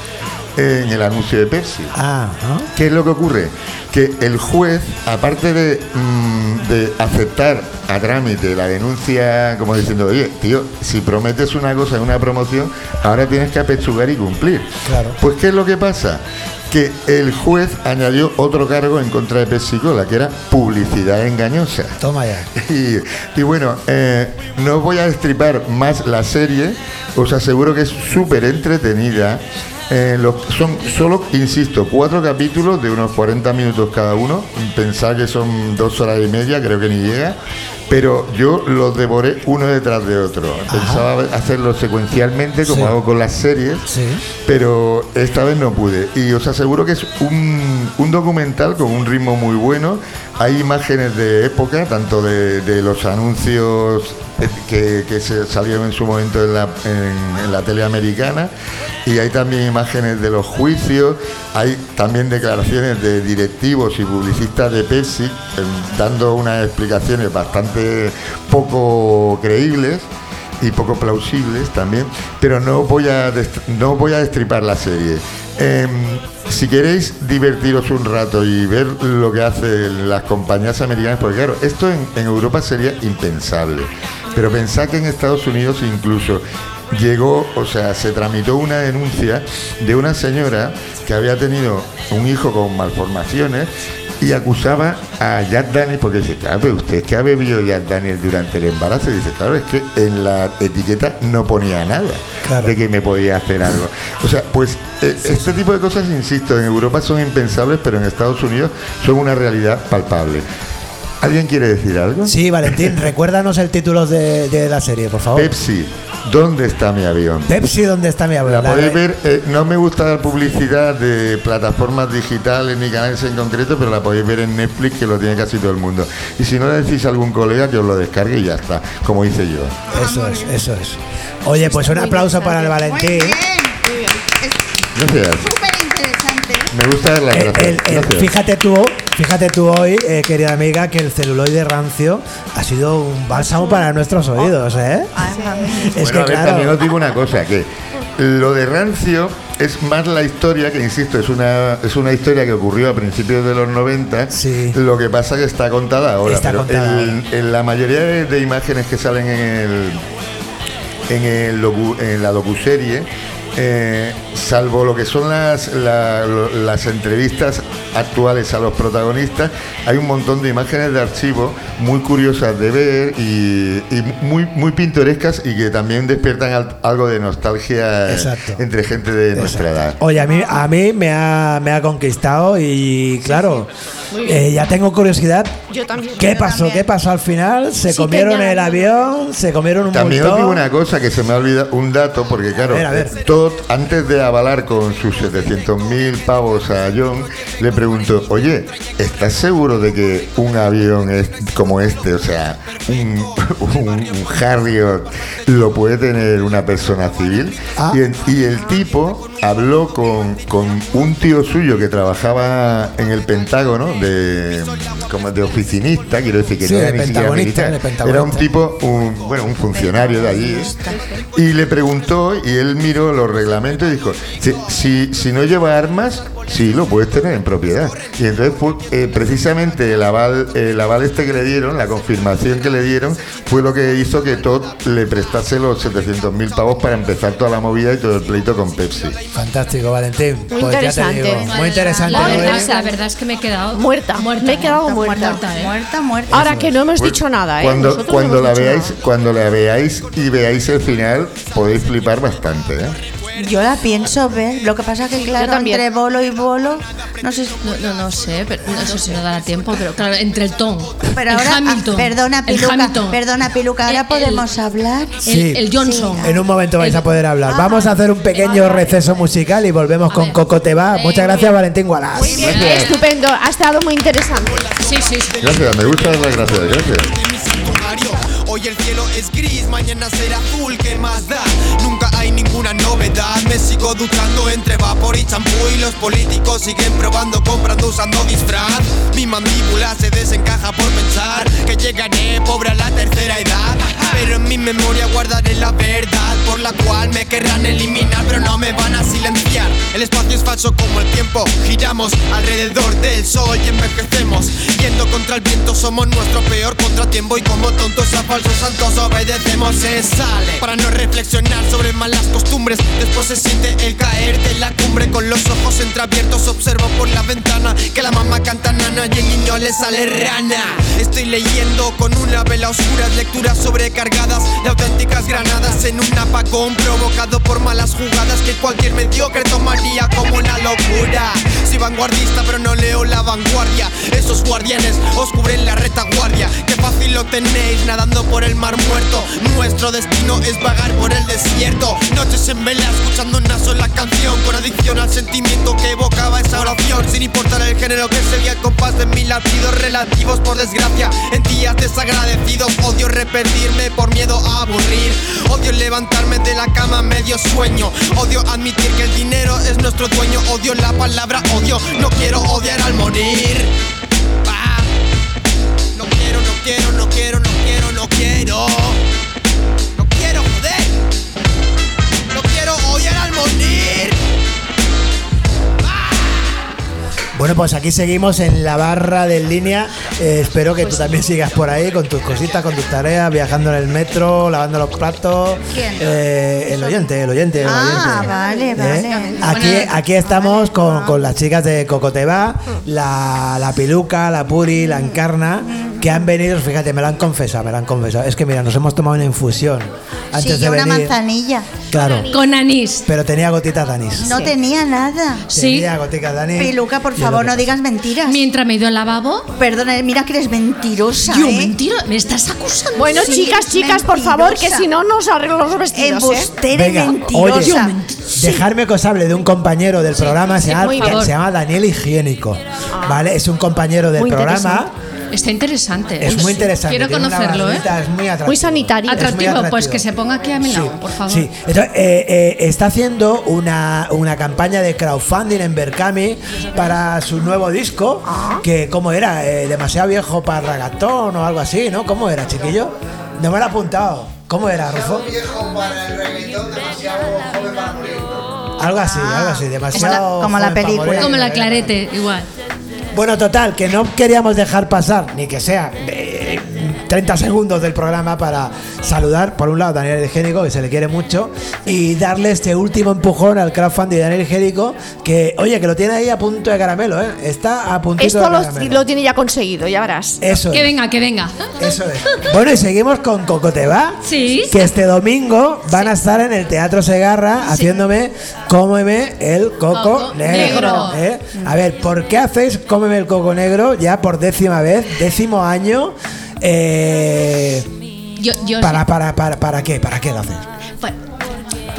S10: en el anuncio de Pepsi.
S1: Ah, ¿no?
S10: ¿Qué es lo que ocurre? Que el juez, aparte de, mm, de aceptar a trámite la denuncia, como diciendo, oye, tío, si prometes una cosa en una promoción, ahora tienes que apechugar y cumplir.
S1: Claro.
S10: Pues, ¿qué es lo que pasa? Que el juez añadió otro cargo en contra de Pepsi Cola, que era publicidad engañosa.
S1: Toma ya.
S10: Y, y bueno, eh, no voy a destripar más la serie, os aseguro que es súper entretenida. Eh, los- son solo, insisto, cuatro capítulos de unos 40 minutos cada uno. Pensad que son dos horas y media, creo que ni llega. Pero yo los devoré uno detrás de otro. Pensaba hacerlo secuencialmente, como
S1: Sí.
S10: hago con las series.
S1: Sí.
S10: Pero esta vez no pude. Y os aseguro que es un, un documental con un ritmo muy bueno. Hay imágenes de época, tanto de, de los anuncios eh, que, que se salieron en su momento en la, en- en la tele americana. Y hay también imágenes de los juicios. Hay también declaraciones de directivos y publicistas de Pepsi eh, dando unas explicaciones bastante poco creíbles y poco plausibles también, pero no voy a, dest- no voy a destripar la serie. Em, si queréis divertiros un rato y ver lo que hacen las compañías americanas, porque claro, esto en, en Europa sería impensable, pero pensad que en Estados Unidos incluso llegó, o sea, se tramitó una denuncia de una señora que había tenido un hijo con malformaciones y acusaba a Jack Daniels porque dice, claro, pero usted que ha bebido Jack Daniels durante el embarazo. Y dice, claro, es que en la etiqueta no ponía nada
S1: Claro.
S10: de que me podía hacer algo. O sea, pues eh, este tipo de cosas, insisto, en Europa son impensables, pero en Estados Unidos son una realidad palpable. ¿Alguien quiere decir algo?
S1: Sí, Valentín, recuérdanos el título de, de la serie, por favor.
S10: Pepsi, ¿dónde está mi avión?
S1: Pepsi, ¿dónde está mi abuela?
S10: La podéis ver, eh, no me gusta dar publicidad de plataformas digitales ni canales en concreto, pero la podéis ver en Netflix que lo tiene casi todo el mundo. Y si no le decís a algún colega que os lo descargue y ya está, como hice yo.
S1: Eso es, eso es. Oye, pues un
S4: Muy
S1: aplauso para el
S3: Muy
S1: Valentín.
S3: bien. Muy bien. Es
S10: Gracias.
S3: súper interesante.
S10: Me gusta dar las
S1: El-
S10: gracias.
S1: el- el-
S10: Gracias.
S1: fíjate tú, fíjate tú hoy, eh, querida amiga, que el celuloide rancio ha sido un bálsamo para nuestros oídos, ¿eh? Es
S10: Bueno,
S1: que
S10: a ver, también
S1: claro,
S10: os digo una cosa, que lo de Rancio es más la historia, que insisto, es una, es una historia que ocurrió a principios de los 90,
S1: Sí.
S10: lo que pasa que está contada ahora,
S1: Está
S10: pero
S1: contada
S10: en-
S1: ahora.
S10: en la mayoría de, de imágenes que salen en el, en, el docu- en la docuserie, eh, salvo lo que son las, la- lo- las entrevistas actuales a los protagonistas, hay un montón de imágenes de archivo muy curiosas de ver y, y muy, muy pintorescas y que también despiertan al- algo de nostalgia eh,
S1: Exacto.
S10: entre gente de nuestra edad.
S1: Oye, a mí, a mí me, ha, me ha conquistado y claro, eh, ya tengo curiosidad.
S2: Yo también.
S1: ¿Qué
S3: Yo
S1: pasó?
S3: también.
S1: ¿Qué pasó al final? ¿Se
S2: Sí,
S1: comieron
S2: que ya-
S1: el avión? ¿Se comieron un
S10: También os digo
S1: montón?
S10: una cosa que se me ha olvidado, un dato, porque claro,
S1: A ver, a ver.
S10: Todd, antes de avalar con sus 700.000 pavos a John, le preguntó, oye, ¿estás seguro de que un avión es como este, o sea, un, un- un Harriot, lo puede tener una persona civil?
S1: Ah.
S10: Y, el, y el tipo habló con, con un tío suyo que trabajaba en el Pentágono, de, como de oficinista, quiero decir que
S1: Sí,
S10: no era
S1: de
S10: ni siquiera
S1: pentagonista,
S10: militar,
S1: de pentagonista.
S10: era un tipo tipo, un, bueno, un funcionario de allí, y le preguntó, y él miró los reglamentos y dijo, si, si, si no lleva armas, sí lo puedes tener en propiedad. Y entonces fue, eh, precisamente el aval, el aval este que le dieron, la confirmación que le dieron, fue lo que hizo que Todd le prestase los 700.000 pavos para empezar toda la movida y todo el pleito con Pepsi.
S1: Fantástico, Valentín. Pues Muy
S2: interesante.
S1: Muy interesante. ¿eh?
S4: La
S1: ¿no
S4: verdad,
S7: ¿Eh?
S1: ves?
S4: la verdad es que me he quedado
S2: Muerta. Me he quedado muerta.
S4: muerta, ¿eh?
S3: Muerta, muerta.
S2: Ahora que no hemos
S7: Pues
S2: dicho nada, ¿eh?
S10: Cuando,
S2: Nosotros no
S10: cuando
S2: hemos
S10: la
S2: dicho
S10: veáis,
S2: nada.
S10: cuando la veáis y veáis el final, podéis flipar bastante, ¿eh?
S3: Yo la pienso ver. Lo que pasa que, claro,
S2: también.
S3: entre bolo y bolo, no sé. si-
S4: No, no, no sé, pero no sé si nos dará tiempo, pero claro, entre el Tom,
S3: Pero
S4: el
S3: ahora, ah,
S4: Hamilton,
S3: perdona,
S4: el
S3: Piluca,
S4: Hamilton,
S3: perdona, Piluca, ahora
S4: El-
S3: podemos hablar.
S4: el,
S1: Sí.
S4: el Johnson.
S1: En un momento vais a poder hablar. Vamos a hacer un pequeño receso musical y volvemos con
S4: ver.
S1: Cocote va. Muchas gracias, Valentín Gualás.
S2: Estupendo, ha estado muy interesante.
S4: Sí, sí, sí.
S10: Gracias, me gusta dar las gracias, gracias.
S8: Hoy el cielo es gris, mañana será azul, ¿qué más da? Nunca hay ninguna novedad, me sigo duchando entre vapor y champú y los políticos siguen probando, comprando, usando disfraz. Mi mandíbula se desencaja por pensar que llegaré pobre a la tercera edad, pero en mi memoria guardaré la verdad por la cual me querrán eliminar, pero no me van a silenciar. El espacio es falso como el tiempo, giramos alrededor del sol y envejecemos. Yendo contra el viento somos nuestro peor contratiempo y como tontos a falsos santos obedecemos. Se sale para no reflexionar sobre malas costumbres. Después se siente el caer de la cumbre con los ojos entreabiertos. Observo por la ventana que la mamá canta nana y el niño le sale rana. Estoy leyendo con una vela oscura lecturas sobrecargadas de auténticas granadas en un apagón provocado por malas jugadas que cualquier mediocre tomaría como una locura. Soy vanguardista pero no leo la vanguardia. Esos guardianes os cubren la retaguardia. Qué fácil lo tenéis nadando por el mar muerto. Nuestro destino es vagar por el desierto. Noches en vela escuchando una sola canción con adicción al sentimiento que evocaba esa oración. Sin importar el género que sería el compás de mis latidos relativos por desgracia. En días desagradecidos odio repetirme por miedo a aburrir. Odio levantarme de la cama medio sueño. Odio admitir que el dinero es nuestro dueño. Odio la palabra odio. No quiero odiar al morir. Ah. No quiero, no quiero, no quiero, no quiero, no quiero. No quiero joder. No quiero odiar al morir.
S1: Bueno, pues aquí seguimos en la barra de en línea. Eh, espero que
S3: Pues
S1: tú también sigas por ahí con tus cositas, con tus tareas, viajando en el metro, lavando los platos.
S3: ¿Quién?
S1: Eh, el oyente, el oyente, el
S3: Ah,
S1: oyente.
S3: vale,
S1: ¿Eh?
S3: vale. Mm.
S1: Aquí,
S4: Bueno,
S1: aquí estamos con, con las chicas de Cocoteba, la, la Piluca, la Puri, la Encarna, que han venido, fíjate, me lo han confesado, me lo han confesado. Es que mira, nos hemos tomado una infusión antes
S3: Sí,
S1: de
S3: yo una
S1: venir.
S3: manzanilla.
S1: Claro,
S4: Con anís.
S1: pero tenía gotitas de anís.
S3: No tenía nada.
S4: Sí.
S1: Tenía gotitas de anís.
S3: Piluca, por
S1: Y es lo
S3: favor,
S1: que
S3: no
S1: pasa.
S3: digas mentiras.
S4: Mientras me he ido al lavabo.
S3: Perdona, mira que eres mentirosa.
S4: Yo,
S3: ¿eh?
S4: mentira, me estás acusando.
S2: Bueno,
S3: Sí,
S2: chicas, chicas, por
S3: mentirosa.
S2: favor, que si no nos arreglo los vestidos, ¿eh?
S3: Embustera y
S1: oye,
S3: mentirosa.
S1: dejarme que os hable de un compañero del programa, se, llama,
S4: muy bien.
S1: se llama Daniel Higiénico, ¿vale? Es un compañero del
S2: Muy
S1: programa,
S4: Está interesante. ¿eh?
S1: es muy interesante.
S4: Quiero
S1: tiene una
S4: conocerlo, ¿eh?
S1: barbita, Es muy atractivo.
S2: Muy sanitario.
S1: Es muy
S4: Atractivo, pues que se
S1: atractivo.
S4: ponga aquí a mi lado, por favor.
S1: Sí, entonces eh, eh, está haciendo una, una campaña de crowdfunding en Berkami para su nuevo disco, que cómo era, Eh, demasiado viejo para ragatón o algo así, ¿no? ¿Cómo era, chiquillo? No me lo he apuntado. ¿Cómo era, Rufo? Algo así, algo así, demasiado.
S3: Está- como la
S1: joven pa'
S3: película.
S1: morir.
S4: Como la clarete, igual.
S1: Bueno, total, que no queríamos dejar pasar, ni que sea eh, 30 segundos del programa para saludar, por un lado, a Daniel Génico, que se le quiere mucho, y darle este último empujón al crowdfunding de Daniel Génico, que, oye, que lo tiene ahí a punto de caramelo, ¿eh? Está a puntito
S2: Esto
S1: de
S2: lo,
S1: caramelo.
S2: lo tiene ya conseguido, ya verás.
S1: Eso
S4: Que
S1: es.
S4: venga, que venga.
S1: Eso es. Bueno, y seguimos con Cocoteba.
S4: Sí.
S1: Que este domingo van a estar en el Teatro Segarra haciéndome Cómeme el Coco,
S4: Coco
S1: Negro.
S4: Negro.
S1: ¿eh? A ver, ¿por qué hacéis Cómeme el Coco Negro ya por décima vez, décimo año? Eh,
S4: Yo, yo
S1: para, para, para, ¿Para qué? ¿Para qué lo hacéis?
S4: Por,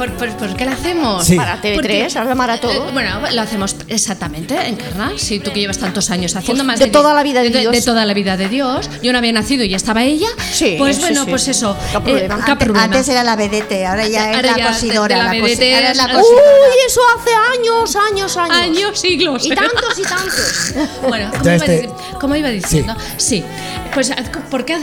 S4: por- por- ¿por qué lo hacemos?
S1: Sí.
S2: Para TV3,
S4: Porque-
S2: ahora para todo.
S4: Eh, bueno, lo hacemos exactamente, Encarna. Si tú que llevas tantos años haciendo
S2: Pues
S4: más
S2: de toda la vida de Dios.
S4: De toda la vida de Dios. Yo no había nacido y ya estaba ella.
S2: Sí,
S4: Pues
S2: sí,
S4: bueno,
S2: sí.
S4: pues eso.
S2: Qué problema.
S4: qué
S3: Ante-
S4: problema.
S3: Antes era la vedete, ahora ya es
S4: Ahora
S3: la
S4: ya
S3: cosidora.
S4: de- de la
S3: cosi-
S4: vedete
S3: ahora es la
S4: es-
S3: cosidora.
S2: Uy, eso hace años, años, años.
S4: Años, siglos.
S2: Y tantos y tantos.
S4: Bueno, como
S1: Entonces
S4: iba,
S1: te-
S4: dic- como iba diciendo, sí. Pues, ¿por qué,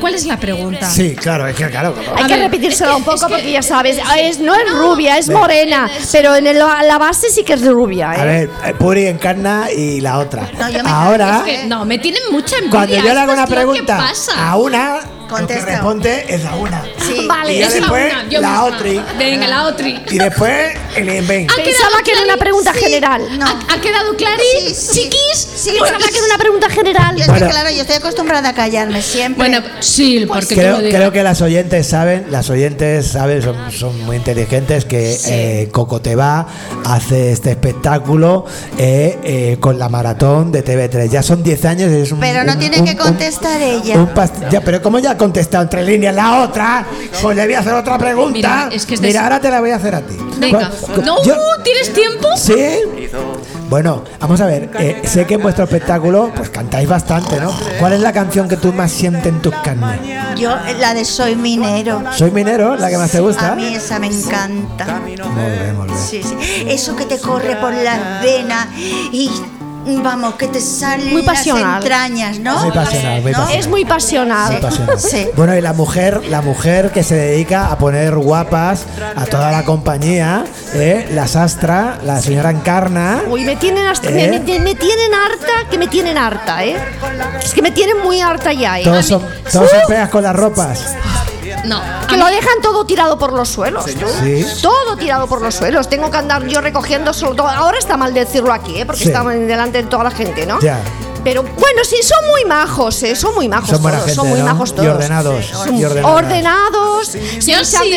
S4: ¿cuál es la pregunta?
S1: Sí, claro, es que claro. como-
S2: Hay
S4: A
S2: que
S4: ver,
S2: repetírselo
S4: es
S2: un
S4: que-
S2: poco
S4: es que-
S2: porque ya sabes, es, no es
S4: No,
S2: rubia, es morena, pero en el- la base sí que es rubia. ¿eh?
S1: A ver, eh, Puri encarna y la otra.
S3: No, yo me-
S1: Ahora,
S2: ¿Eh?
S4: Es que, no, me tienen mucha envidia.
S1: cuando yo le hago
S4: estos
S1: una
S4: tíos, ¿qué
S1: pregunta
S4: pasa?
S1: a una, Contesta.
S3: Contesta.
S1: responde es la una.
S3: Sí.
S1: Y ya
S4: es la
S1: después,
S4: una, yo
S1: la
S4: misma.
S1: otri.
S4: Venga, la otri.
S1: Y después el invent.
S4: quedado
S2: Pensaba que era una
S4: clarísimo.
S2: pregunta general.
S3: No.
S4: ¿Ha, ha quedado clarín?
S3: Sí, sí.
S4: chiquis?
S3: Sí,
S4: Bueno,
S2: Pensaba que era una pregunta general.
S3: Yo es que,
S1: Bueno.
S3: Pues claro, yo estoy acostumbrada a callarme siempre.
S4: Bueno, sí,
S3: Pues
S2: Pues
S4: porque
S1: Creo,
S4: tú lo digas.
S1: creo que las oyentes saben, las oyentes saben,
S3: Ah.
S1: son, son muy inteligentes que eh, Coco Te va hace este espectáculo eh, eh, con la maratón de TV3. Ya son 10 años, es un
S3: Pero no
S1: un-
S3: tiene
S1: un-
S3: que contestar
S1: un-
S3: ella.
S1: un past- ya, pero como ya ha contestado entre líneas la otra, pues le voy a hacer otra pregunta.
S4: Mira, es que es de-
S1: Mira, ahora te la voy a hacer a ti.
S4: Venga.
S1: Cu- cu-
S4: No,
S1: yo-
S4: ¿tienes tiempo?
S1: ¿Sí? Bueno, vamos a ver. eh, sé que en vuestro espectáculo pues cantáis bastante, ¿no? ¿Cuál es la canción que tú más sientes en tus carnes?
S3: Yo, la de Soy Minero.
S1: Soy minero, la que más te gusta.
S3: A mí esa me encanta.
S1: Muy bien, muy bien.
S3: Sí, sí. Eso que te corre por las venas y vamos, que te salen
S2: Muy pasional.
S3: las entrañas, ¿no?
S1: Muy pasional, muy
S3: ¿No?
S1: pasional.
S2: Es muy
S1: Muy
S2: pasional.
S1: apasionante.
S3: Sí.
S1: Bueno, y la mujer, la mujer que se dedica a poner guapas a toda la compañía, ¿eh? la sastra, la señora Encarna.
S2: Uy, me tienen hasta, me,
S1: ¿Eh?
S2: me- me tienen harta, que me tienen harta, ¿eh? Es que me tienen muy harta ya, ¿eh?
S1: Todos son, todos son feas con las ropas.
S4: No.
S2: Que lo dejan todo tirado por los suelos. tú.
S1: Sí.
S2: Todo tirado por los suelos. Tengo que andar yo recogiendo solo todo. Ahora está mal decirlo aquí, ¿eh? Porque
S1: Sí.
S2: estamos delante de toda la gente, ¿no?
S1: Ya.
S2: Pero bueno, sí, son muy majos, ¿eh? Son muy majos
S1: Son buena
S2: todos. son
S1: gente,
S2: muy
S1: ¿no?
S2: majos
S1: Y
S2: todos.
S1: ordenados,
S2: Son
S1: y ordenadas.
S2: ordenados, se
S4: Yo
S2: echan
S4: sí.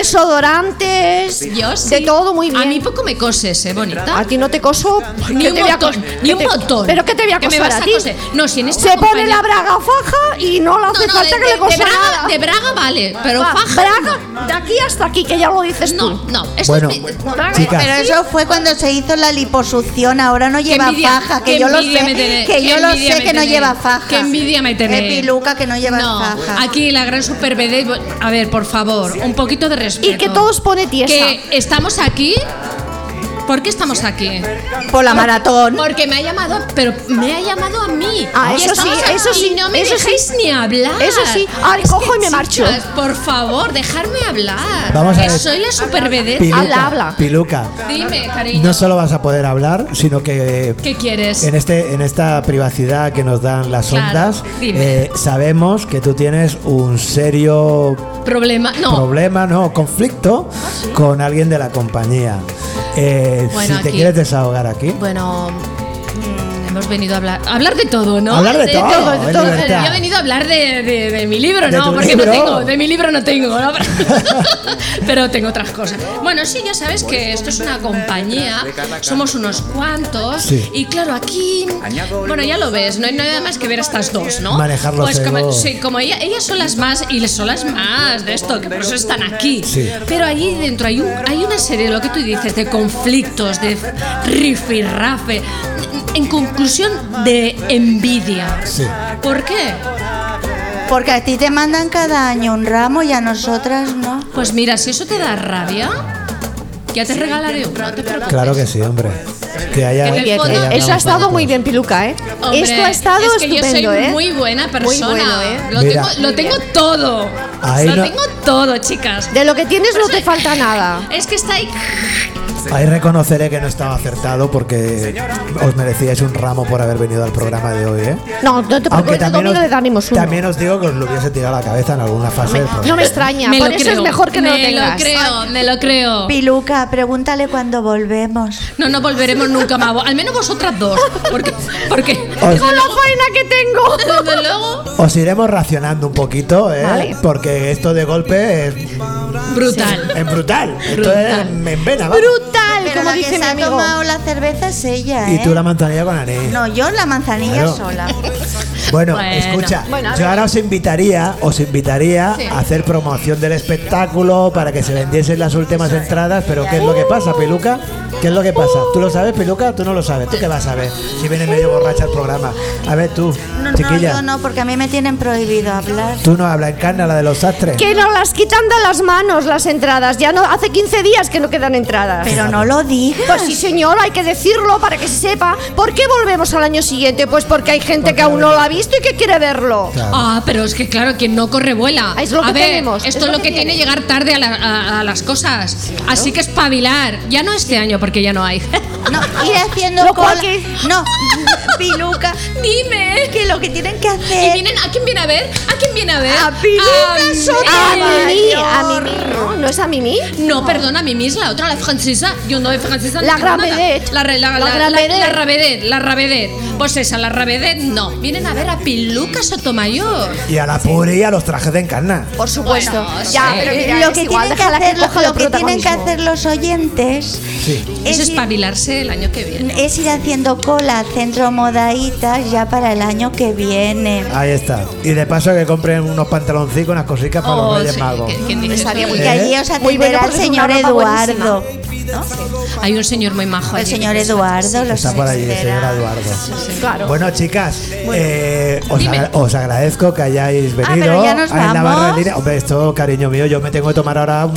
S2: desodorantes,
S4: Yo sí.
S2: de todo muy bien.
S4: A mí poco me coses, ¿eh, bonita?
S2: A ti no te coso. pues,
S4: Ni
S2: ¿qué
S4: un
S2: te voy a cos-
S4: montón,
S2: qué
S4: ni un
S2: te-
S4: montón.
S2: ¿Pero qué te voy a
S4: Que
S2: coser
S4: me vas a
S2: ti?
S4: coser. No, si en esta
S2: Se pone
S4: compañía-
S2: la braga o faja y no le
S4: No,
S2: hace
S4: no,
S2: falta
S4: de,
S2: que
S4: de-
S2: le cose
S4: de braga,
S2: nada.
S4: de braga vale, pero
S2: Va,
S4: faja.
S2: Braga, de aquí hasta aquí, que ya lo dices
S4: No,
S2: tú. Pues,
S4: no. Eso
S1: Bueno,
S4: es mi-
S2: Braga.
S1: chicas,
S3: Pero eso fue cuando se hizo la liposucción, ahora no lleva
S4: envidia,
S3: faja, que
S4: qué
S3: yo lo
S4: envidia me
S3: sé,
S4: tenéis,
S3: que
S4: qué
S3: yo lo
S4: envidia me
S3: sé que no
S4: tenéis,
S3: lleva faja.
S4: Qué envidia me tenéis.
S3: Eh, piluca que no lleva
S4: No,
S3: faja.
S4: aquí la gran super BD, A ver, por favor, un poquito de respeto.
S2: Y que todos pone tiesa.
S4: Que estamos aquí. ¿Por qué estamos aquí?
S3: por la maratón.
S4: Porque me ha llamado, pero me ha llamado a mí.
S2: Ah,
S4: Y
S2: eso
S4: estamos
S2: sí,
S4: aquí
S2: eso sí,
S4: y No me
S2: eso
S4: dejáis ni hablar.
S2: Eso sí. Ahora
S4: Es
S2: cojo
S4: que,
S2: y me marcho.
S4: chicas, Por favor, dejarme hablar.
S1: Vamos a
S4: que
S1: ver.
S4: soy la super BD.
S1: Piluca,
S2: Habla, habla.
S1: Piluca,
S4: Dime, cariño.
S1: no solo vas a poder hablar, sino que
S4: ¿Qué quieres?
S1: en este en esta privacidad que nos dan las
S4: Claro,
S1: ondas,
S4: dime.
S1: eh, sabemos que tú tienes un serio
S4: Problema. No.
S1: problema, no,
S2: Ah,
S1: conflicto con alguien de la compañía. Eh,
S4: Bueno,
S1: si te
S4: aquí-
S1: quieres desahogar aquí.
S4: Bueno, mm, hemos venido a hablar. a hablar de todo, ¿no?
S1: Hablar de todo, de libertad.
S4: Yo he venido a hablar de, de- de mi libro,
S1: De
S4: ¿no?
S1: tu
S4: Porque
S1: libro.
S4: no tengo. De mi libro no tengo, ¿no? Pero tengo otras cosas. Bueno, sí, ya sabes que esto es una compañía. Somos unos cuantos.
S1: Sí.
S4: Y claro, aquí. Bueno, ya lo ves, no hay nada más que ver a estas dos, ¿no?
S1: Manejar los
S4: Pues como,
S1: egos.
S4: sí, como ella- ellas son las más y les son las más de esto, que por eso están aquí.
S1: Sí.
S4: Pero allí dentro hay, un- hay una serie, lo que tú dices, de conflictos, de rifirrafe, en conclusión, de envidia.
S1: Sí.
S4: ¿Por qué?
S3: Porque a ti te mandan cada año un ramo y a nosotras no.
S4: Pues mira, si eso te da rabia, ya te regalaré uno, no te preocupes.
S1: Claro que sí, hombre. Que haya,
S4: Muy bien,
S1: que
S4: ¿eh?
S1: haya
S2: Eso ha
S1: hablado
S2: estado
S1: para
S2: muy
S1: todos.
S2: bien, Piluca, ¿eh?
S4: Hombre,
S2: Esto ha estado
S4: es que
S2: estupendo,
S4: yo soy
S2: ¿eh?
S4: muy buena persona.
S2: bueno, ¿eh?
S4: Lo,
S1: Mira.
S4: tengo, lo tengo todo.
S1: Ahí
S4: lo
S1: no-
S4: tengo todo, chicas.
S2: De lo que tienes no
S4: Pues,
S2: te falta nada.
S4: Es que está ahí.
S1: Ahí reconoceré que no estaba acertado porque os merecíais un ramo por haber venido al programa de hoy, ¿eh?
S2: No, no te preocupes, el domingo le daremos uno.
S1: también os digo que os lo hubiese tirado a la cabeza en alguna fase. del programa.
S2: No me extraña,
S4: Me
S2: por
S4: lo
S2: eso
S4: creo.
S2: es mejor que no lo
S4: me
S2: tengas.
S4: lo creo, me lo
S2: Oh.
S4: creo.
S3: Piluca, pregúntale cuando volvemos.
S4: No, no volveremos nunca más. Al menos vosotras dos. Porque. porque
S1: Os-
S2: Con la faena que tengo.
S4: desde luego.
S1: Os iremos racionando un poquito, ¿eh?
S2: Vale.
S1: Porque esto de golpe es,
S4: Brutal.
S1: es brutal. Esto es
S4: Brutal.
S1: en vena, vamos.
S2: Brutal,
S3: Pero
S2: como
S3: la
S2: dice
S3: que
S2: mi
S3: se ha
S2: amigo.
S3: tomado la cerveza es ella,
S1: Y
S3: ¿eh?
S1: tú la manzanilla con anís.
S3: No, yo la manzanilla
S1: Claro.
S3: sola.
S1: Bueno,
S4: Bueno.
S1: escucha,
S2: Bueno, a
S1: yo
S2: ver.
S1: ahora os invitaría, os invitaría a hacer promoción del espectáculo para que se vendiesen las últimas entradas, pero ¿qué es lo que pasa, Peluca? ¿Qué es lo que pasa? ¿Tú lo sabes, Peluca? ¿Tú no lo sabes? ¿Tú qué vas a ver? Si viene medio borracha al programa. A ver tú,
S3: No, no,
S1: chiquilla,
S3: yo no, porque a mí me tienen prohibido hablar.
S1: tú no hablas en carne la de los sastres.
S2: Que nos las quitan de las manos las entradas. Ya no hace 15 días que no quedan entradas.
S3: Pero no lo digas.
S2: Pues sí, señor, hay que decirlo para que se sepa. ¿Por qué volvemos al año siguiente? Pues porque hay gente que aún no lo ha visto y que quiere verlo.
S1: Claro.
S4: Ah, pero es que claro, quien no corre vuela.
S2: Es lo
S4: a
S2: que
S4: ver,
S2: tenemos,
S4: Esto es lo, que, tiene llegar tarde a, la- a- a las cosas. Así que espabilar. Ya no este año porque ya no hay.
S3: No, ir haciendo
S2: Lo cual
S3: cola.
S2: que-
S3: No, Piluca.
S4: Dime.
S3: Que lo que tienen que
S4: ¿Y
S3: hacer.
S4: vienen, ¿A quién viene a ver? ¿A quién viene a ver?
S3: A Piluca
S4: A mí.
S3: Sotelo.
S2: A
S3: Ay,
S2: Mimi,
S3: Dios.
S2: a Mimi, ¿no? ¿No es a Mimi?
S4: No, perdona, Mimis, la otra, la francesa. Yo no de francesa no
S2: La
S4: tengo nada.
S2: Rabedet.
S4: La, re- la,
S2: La
S4: la, la,
S2: Rabedet.
S4: la Rabedet, la Rabedet. Pues esa, la Rabedet, no. Vienen a ver a Piluca Sotomayor.
S1: Y a la puri y a los trajes de encarna.
S2: Por supuesto.
S4: Bueno,
S2: ya,
S4: sí.
S2: pero
S3: Eh,
S2: mira,
S3: lo
S2: es
S3: que
S2: igual,
S3: tienen que
S2: déjala
S3: hacer,
S2: coja
S3: lo
S2: el
S3: que tienen que
S2: protagonismo.
S3: hacer los oyentes
S1: Sí.
S4: Es
S3: ir-
S4: espabilarse el año que viene.
S3: es ir haciendo cola al centro modaitas ya para el año que viene.
S1: Ahí está. Y de paso que compren unos pantaloncitos, unas cositas para
S4: Oh,
S1: los Reyes
S4: sí,
S1: Magos.
S4: que- que dice
S2: Estaría
S4: todo
S2: muy
S3: Y
S1: ¿Eh?
S3: que
S4: eso.
S3: allí os atenderá
S2: Muy bueno,
S3: el
S2: porque es una
S3: señor
S2: broma
S3: Eduardo.
S4: Hay un señor muy majo.
S3: El
S4: allí.
S3: señor Eduardo los
S1: Está por allí, señor
S3: atenderá.
S1: Eduardo.
S2: Claro.
S1: Bueno, chicas, eh, os,
S4: Dime.
S1: agra- os agradezco que hayáis venido
S3: Ah, pero ya nos
S1: a la barra en
S3: vamos.
S1: línea. Hombre, esto, cariño mío, yo me tengo que tomar ahora un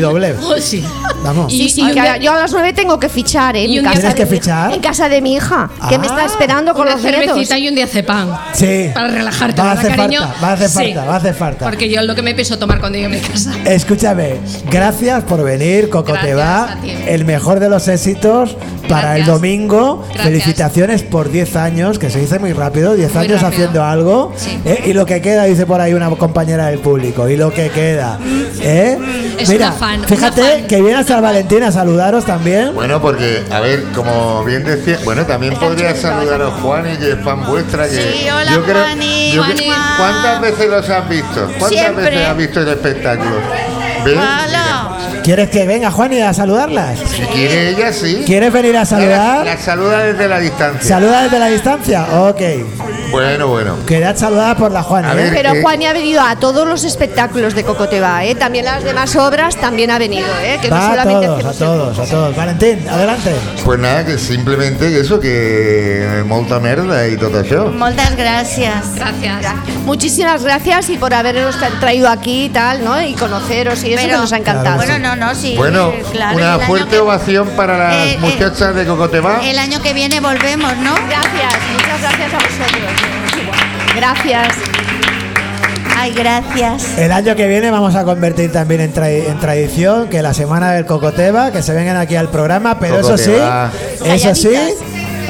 S1: doble.
S4: Oh, sí.
S1: Vamos.
S4: Y-
S2: Sí, sí,
S4: y-
S2: que a- yo a las nueve tengo que fichar, ¿eh?
S4: Y
S2: En
S4: un día
S2: casa,
S1: ¿Tienes que
S2: de mi-
S1: fichar?
S2: en casa de mi hija, que me
S1: Ah.
S2: está esperando con
S4: Una
S2: los nietos.
S4: cervecita y un día cepan.
S1: Sí.
S4: Para relajarte,
S1: Va a
S4: ¿verdad,
S1: hacer
S4: cariño?
S1: falta, va a hacer falta, va a hacer falta.
S4: Porque yo lo que me pienso tomar cuando llegue a mi casa.
S1: Escúchame, gracias por venir, Coco te
S4: Gracias
S1: va.
S4: a ti.
S1: El mejor de los éxitos para el
S4: Gracias.
S1: domingo.
S4: Gracias.
S1: Felicitaciones por 10 años, que se dice muy rápido, 10
S4: Muy
S1: años
S4: rápido.
S1: haciendo algo.
S4: Sí.
S1: ¿eh? Y lo que queda, dice por ahí una compañera del público, y lo que queda. ¿eh?
S4: Mm. Es
S1: Mira,
S4: una fan, una
S1: fíjate
S4: fan.
S1: que viene a San Valentín a saludaros también.
S10: Bueno, porque, a ver, como bien decía, bueno, también podría saludar a Juani, que es fan vuestra. Que
S3: Sí, hola,
S10: yo creo,
S3: Juani,
S10: yo creo-
S4: Juani.
S10: ¿Cuántas veces los has visto? ¿Cuántas
S3: Siempre.
S10: veces has visto el espectáculo? ¿Ves?
S3: Hola.
S1: ¿Quieres que venga Juani a saludarlas?
S10: Si quiere ella, sí.
S1: ¿Quieres venir a
S10: La,
S1: saludar?
S10: la saluda desde la distancia.
S1: ¿Saluda desde la distancia? Ok.
S10: Bueno, bueno.
S1: Quedad saludada por la Juani.
S10: A
S1: ¿eh?
S10: ver,
S2: Pero
S10: eh,
S2: Juani ha venido a todos los espectáculos de Cocoteba, ¿eh? También las demás obras también ha venido, ¿eh? Que no
S1: Va a
S2: solamente
S1: todos, a
S2: hacemos-
S1: todos, a todos. Valentín, adelante.
S10: Pues nada, que simplemente eso, que molta merda y todo eso.
S3: Muchas gracias.
S4: Gracias.
S2: Muchísimas gracias y por habernos tra- traído aquí y tal, ¿no? Y conoceros y eso que nos ha encantado.
S1: Claro,
S3: Bueno, no, no, sí. eh,
S10: Bueno,
S3: claro,
S10: una
S3: el año
S10: fuerte
S3: que-
S10: ovación para las
S3: Eh, eh,
S10: muchachas de Cocotebá.
S3: El año que viene volvemos, ¿no?
S2: Gracias, muchas gracias a vosotros. Gracias.
S3: Ay, gracias.
S1: El año que viene vamos a convertir también en, tra- en tradición que la semana del Cocoteba, que se vengan aquí al programa, pero
S10: Cocoteba.
S1: eso sí, eso sí,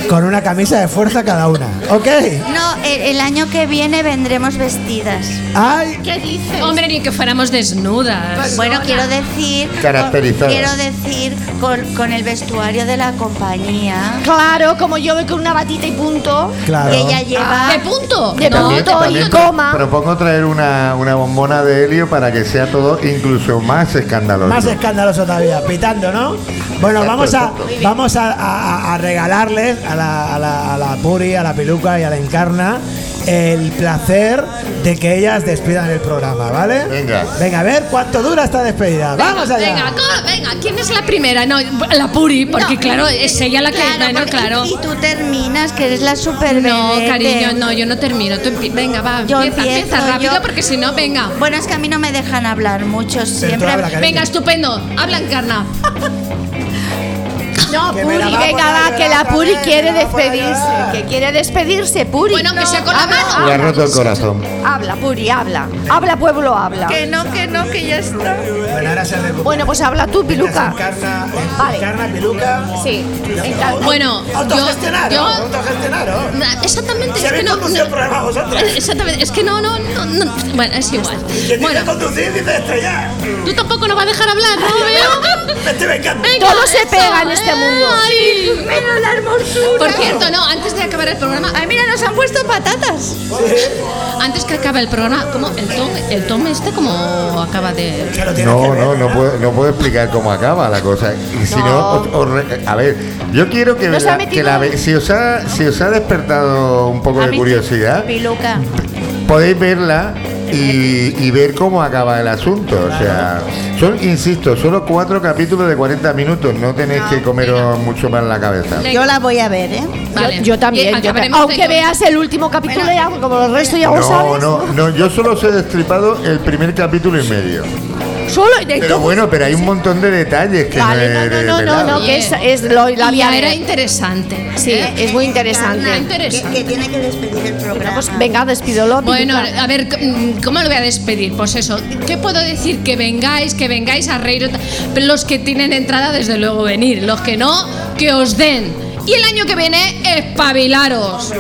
S1: con una camisa de fuerza cada una. ¿Ok?
S3: No, el, el año que viene vendremos vestidas.
S1: ¡Ay!
S2: ¿Qué dices?
S4: Hombre, ni que fuéramos desnudas.
S3: Bueno, quiero decir.
S10: Caracterizadas.
S3: Quiero decir con, con el vestuario de la compañía.
S2: Claro, como yo voy con una batita y punto.
S1: Claro.
S3: Que ella lleva.
S4: ¿De punto?
S2: De
S4: No,
S2: punto
S10: también
S2: y
S10: pro-
S2: coma.
S10: Propongo traer una, una bombona de helio para que sea todo incluso más escandaloso.
S1: Más escandaloso todavía, pitando, ¿no? Bueno, vamos a vamos a, a- a- a regalarles a la, a, la, a la Puri, a la Peluca y a la Encarna el placer de que ellas despidan el programa, ¿vale?
S10: Venga.
S1: Venga, a ver cuánto dura esta despedida.
S4: Venga,
S1: vamos allá.
S4: Venga, co- venga, ¿quién es la primera? No, la Puri, porque claro, es ella la que. bueno,
S3: porque-
S4: claro.
S3: Y tú terminas, que eres la super
S4: No, cariño, no, yo no termino. Tú empie- venga, va,
S3: Yo
S4: empieza,
S3: empiezo,
S4: empieza rápido,
S3: yo-
S4: porque si no, venga.
S3: Bueno, es que a mí no me dejan hablar mucho siempre.
S1: habla, cariño.
S4: Venga, estupendo. Habla encarna.
S2: No,
S1: Que me la
S2: Puri,
S1: va a
S2: venga,
S1: poner,
S2: va,
S1: me
S2: que
S1: la va
S2: la
S1: a
S2: Puri
S1: poner, me la
S2: quiere
S1: va a
S2: despedirse.
S1: poner.
S2: Que quiere despedirse, Puri.
S4: Bueno, que
S2: No,
S4: sea con la
S2: habla,
S4: mano.
S10: Le ha roto el corazón.
S2: Habla, Puri, habla. Habla, pueblo, habla.
S3: Que no, que no, que ya está.
S1: Bueno, ahora se recupera.
S2: Bueno, pues habla tú,
S1: Mientras
S2: Piluca.
S1: Encarna,
S2: Vale.
S1: encarna, Piluca.
S2: Sí, encarna.
S4: Bueno, yo-
S1: Autogestionaros,
S4: yo-
S1: autogestionaros.
S4: Na- Exactamente,
S1: Si
S4: es que
S1: habéis
S4: no.
S1: conducido
S4: no-
S1: el programa vosotras.
S4: Eh, Exactamente, es que no, no, no, no. Bueno, es igual.
S1: Quien dice
S4: Bueno,
S1: conducir dice estrellar.
S4: tú tampoco nos vas a dejar hablar, ¿no veo?
S1: Me estoy vengando.
S2: Todo se pega en este mundo.
S4: Menos la hermosura. ¿eh? Por cierto, no, antes de acabar el programa,
S2: Ay, mira, nos han puesto patatas.
S4: antes que acabe el programa, como el tom, el tom este como acaba de.
S1: Que lo tienes que
S10: No,
S1: ver,
S10: no, no
S1: ¿verdad?
S10: puedo, no puedo explicar cómo acaba la cosa. Y si no, os- os re- a ver, yo quiero que,
S2: Nos
S10: la-
S2: ha metido
S10: que la ve-
S2: un-
S10: si, os ha, si os ha despertado un poco de curiosidad,
S3: Piluca.
S10: podéis verla y, y ver cómo acaba el asunto. O sea, son, insisto, solo cuatro capítulos de 40 minutos. No tenéis que comeros mucho más la cabeza.
S4: Venga.
S3: Yo la voy a ver, ¿eh?
S4: Vale.
S2: Yo, yo también.
S4: Y
S2: yo
S4: acabaremos
S2: ta- aunque
S4: de-
S2: veas el último capítulo, ya, como los restos ya lo
S10: No,
S2: sabes.
S10: no, no, yo solo os he destripado el primer capítulo y medio.
S2: solo y de
S10: Pero bueno, pero hay un montón de detalles que
S2: Vale,
S10: no, he
S2: no, no, no, no,
S10: revelado.
S2: no, que es, es lo, la
S4: Y ¿Eh?
S2: vía
S4: era
S2: de-
S4: interesante.
S2: Sí, es muy
S4: Era
S2: interesante.
S3: Que,
S4: interesante.
S3: que tiene que despedir el programa.
S2: Pues venga, despídolo.
S4: Bueno,
S2: Piluca.
S4: a ver, mm, ¿cómo lo voy a despedir? Pues eso, ¿qué puedo decir? Que vengáis, que vengáis a reír. Pero Los que tienen entrada, desde luego venir. Los que no, que os den. Y el año que viene, espabilaros.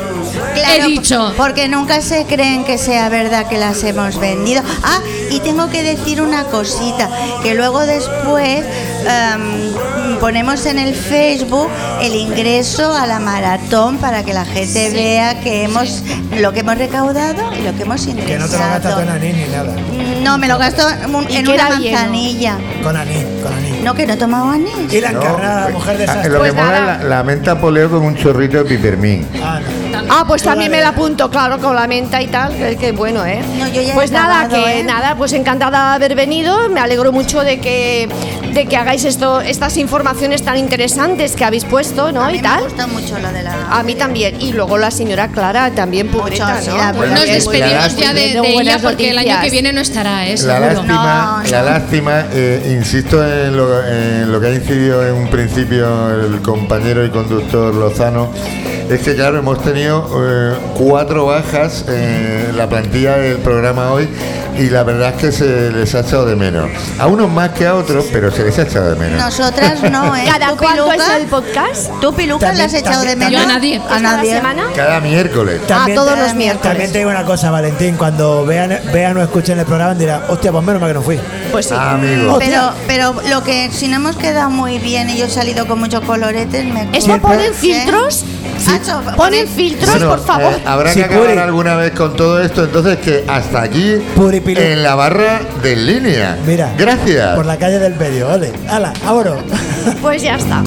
S3: Claro,
S4: He dicho.
S3: Porque nunca se creen que sea verdad que las hemos vendido. Ah, y tengo que decir una cosita, que luego después em, ponemos en el Facebook el ingreso a la maratón para que la gente vea que hemos lo que hemos recaudado y lo que hemos ingresado.
S1: Que no te lo gastas con anís ni nada.
S3: No, me lo gasto en un-
S2: Y
S3: en
S2: queda
S3: una
S2: lleno.
S3: manzanilla.
S1: Con anís, con anís.
S3: No, que no he tomado anís.
S1: Y la encarnada, la mujer de
S10: Ah,
S1: esas.
S10: Lo que
S2: Pues
S10: mola es
S2: nada.
S10: la, la menta poleo con un chorrito de pipermín.
S2: Ah, pues también me la apunto, claro, con la menta y tal, que, que bueno, ¿eh?
S3: No, yo ya he
S2: pues nada,
S3: acabado,
S2: que
S3: ¿eh?
S2: nada, pues encantada de haber venido, me alegro mucho de que de que hagáis esto estas informaciones tan interesantes que habéis puesto, ¿no?
S3: A mí
S2: y
S3: me
S2: tal.
S3: gusta mucho lo de la.
S2: A mí también y luego la señora Clara también pugreta,
S3: sí,
S2: ¿no?
S3: la
S4: Nos
S3: Muy
S4: despedimos ya de,
S2: Tengo
S4: de ella
S2: buenas
S4: porque el año
S2: noticias.
S4: que viene no estará, ¿eh?
S10: La
S4: Seguro.
S10: lástima,
S3: No,
S10: la
S3: no.
S10: lástima eh, insisto en lo, en lo que ha incidido en un principio el compañero y conductor Lozano, es que claro, hemos tenido eh, cuatro bajas en la plantilla del programa hoy y la verdad es que se les ha echado de menos. A unos más que a otros, pero se les ha echado de menos.
S3: Nosotras no, ¿eh?
S2: ¿Cada
S3: ¿Tú,
S2: cuánto es
S3: Piluca?
S2: el podcast?
S3: ¿Tú, Piluca, le has
S1: También-
S3: echado de
S1: también-
S3: menos?
S4: Yo a nadie.
S3: A
S2: ¿Cada
S3: nadie.
S2: semana?
S10: Cada miércoles.
S1: También
S2: todos
S1: te-
S2: los miércoles.
S1: También te digo una cosa, Valentín. Cuando vean, vean o escuchen el programa, dirán, hostia, pues menos mal que no fui.
S2: Pues sí.
S10: Ah, amigo.
S3: Pero, pero lo que si no hemos quedado muy bien y yo he salido con muchos coloretes, me
S2: ¿Esto
S3: culpo, ¿eh?
S2: ponen filtros?
S3: Sí. Hacho,
S2: ¿Ponen filtros,
S10: Bueno,
S2: por favor?
S10: eh, habrá
S1: Sí,
S10: que acabar
S1: Puri.
S10: alguna vez con todo esto, entonces que hasta aquí
S1: Puri, Pilu.
S10: en la barra de línea.
S1: Mira.
S10: Gracias.
S1: Por la calle del medio, ole. Hala, ahora.
S2: Pues ya está.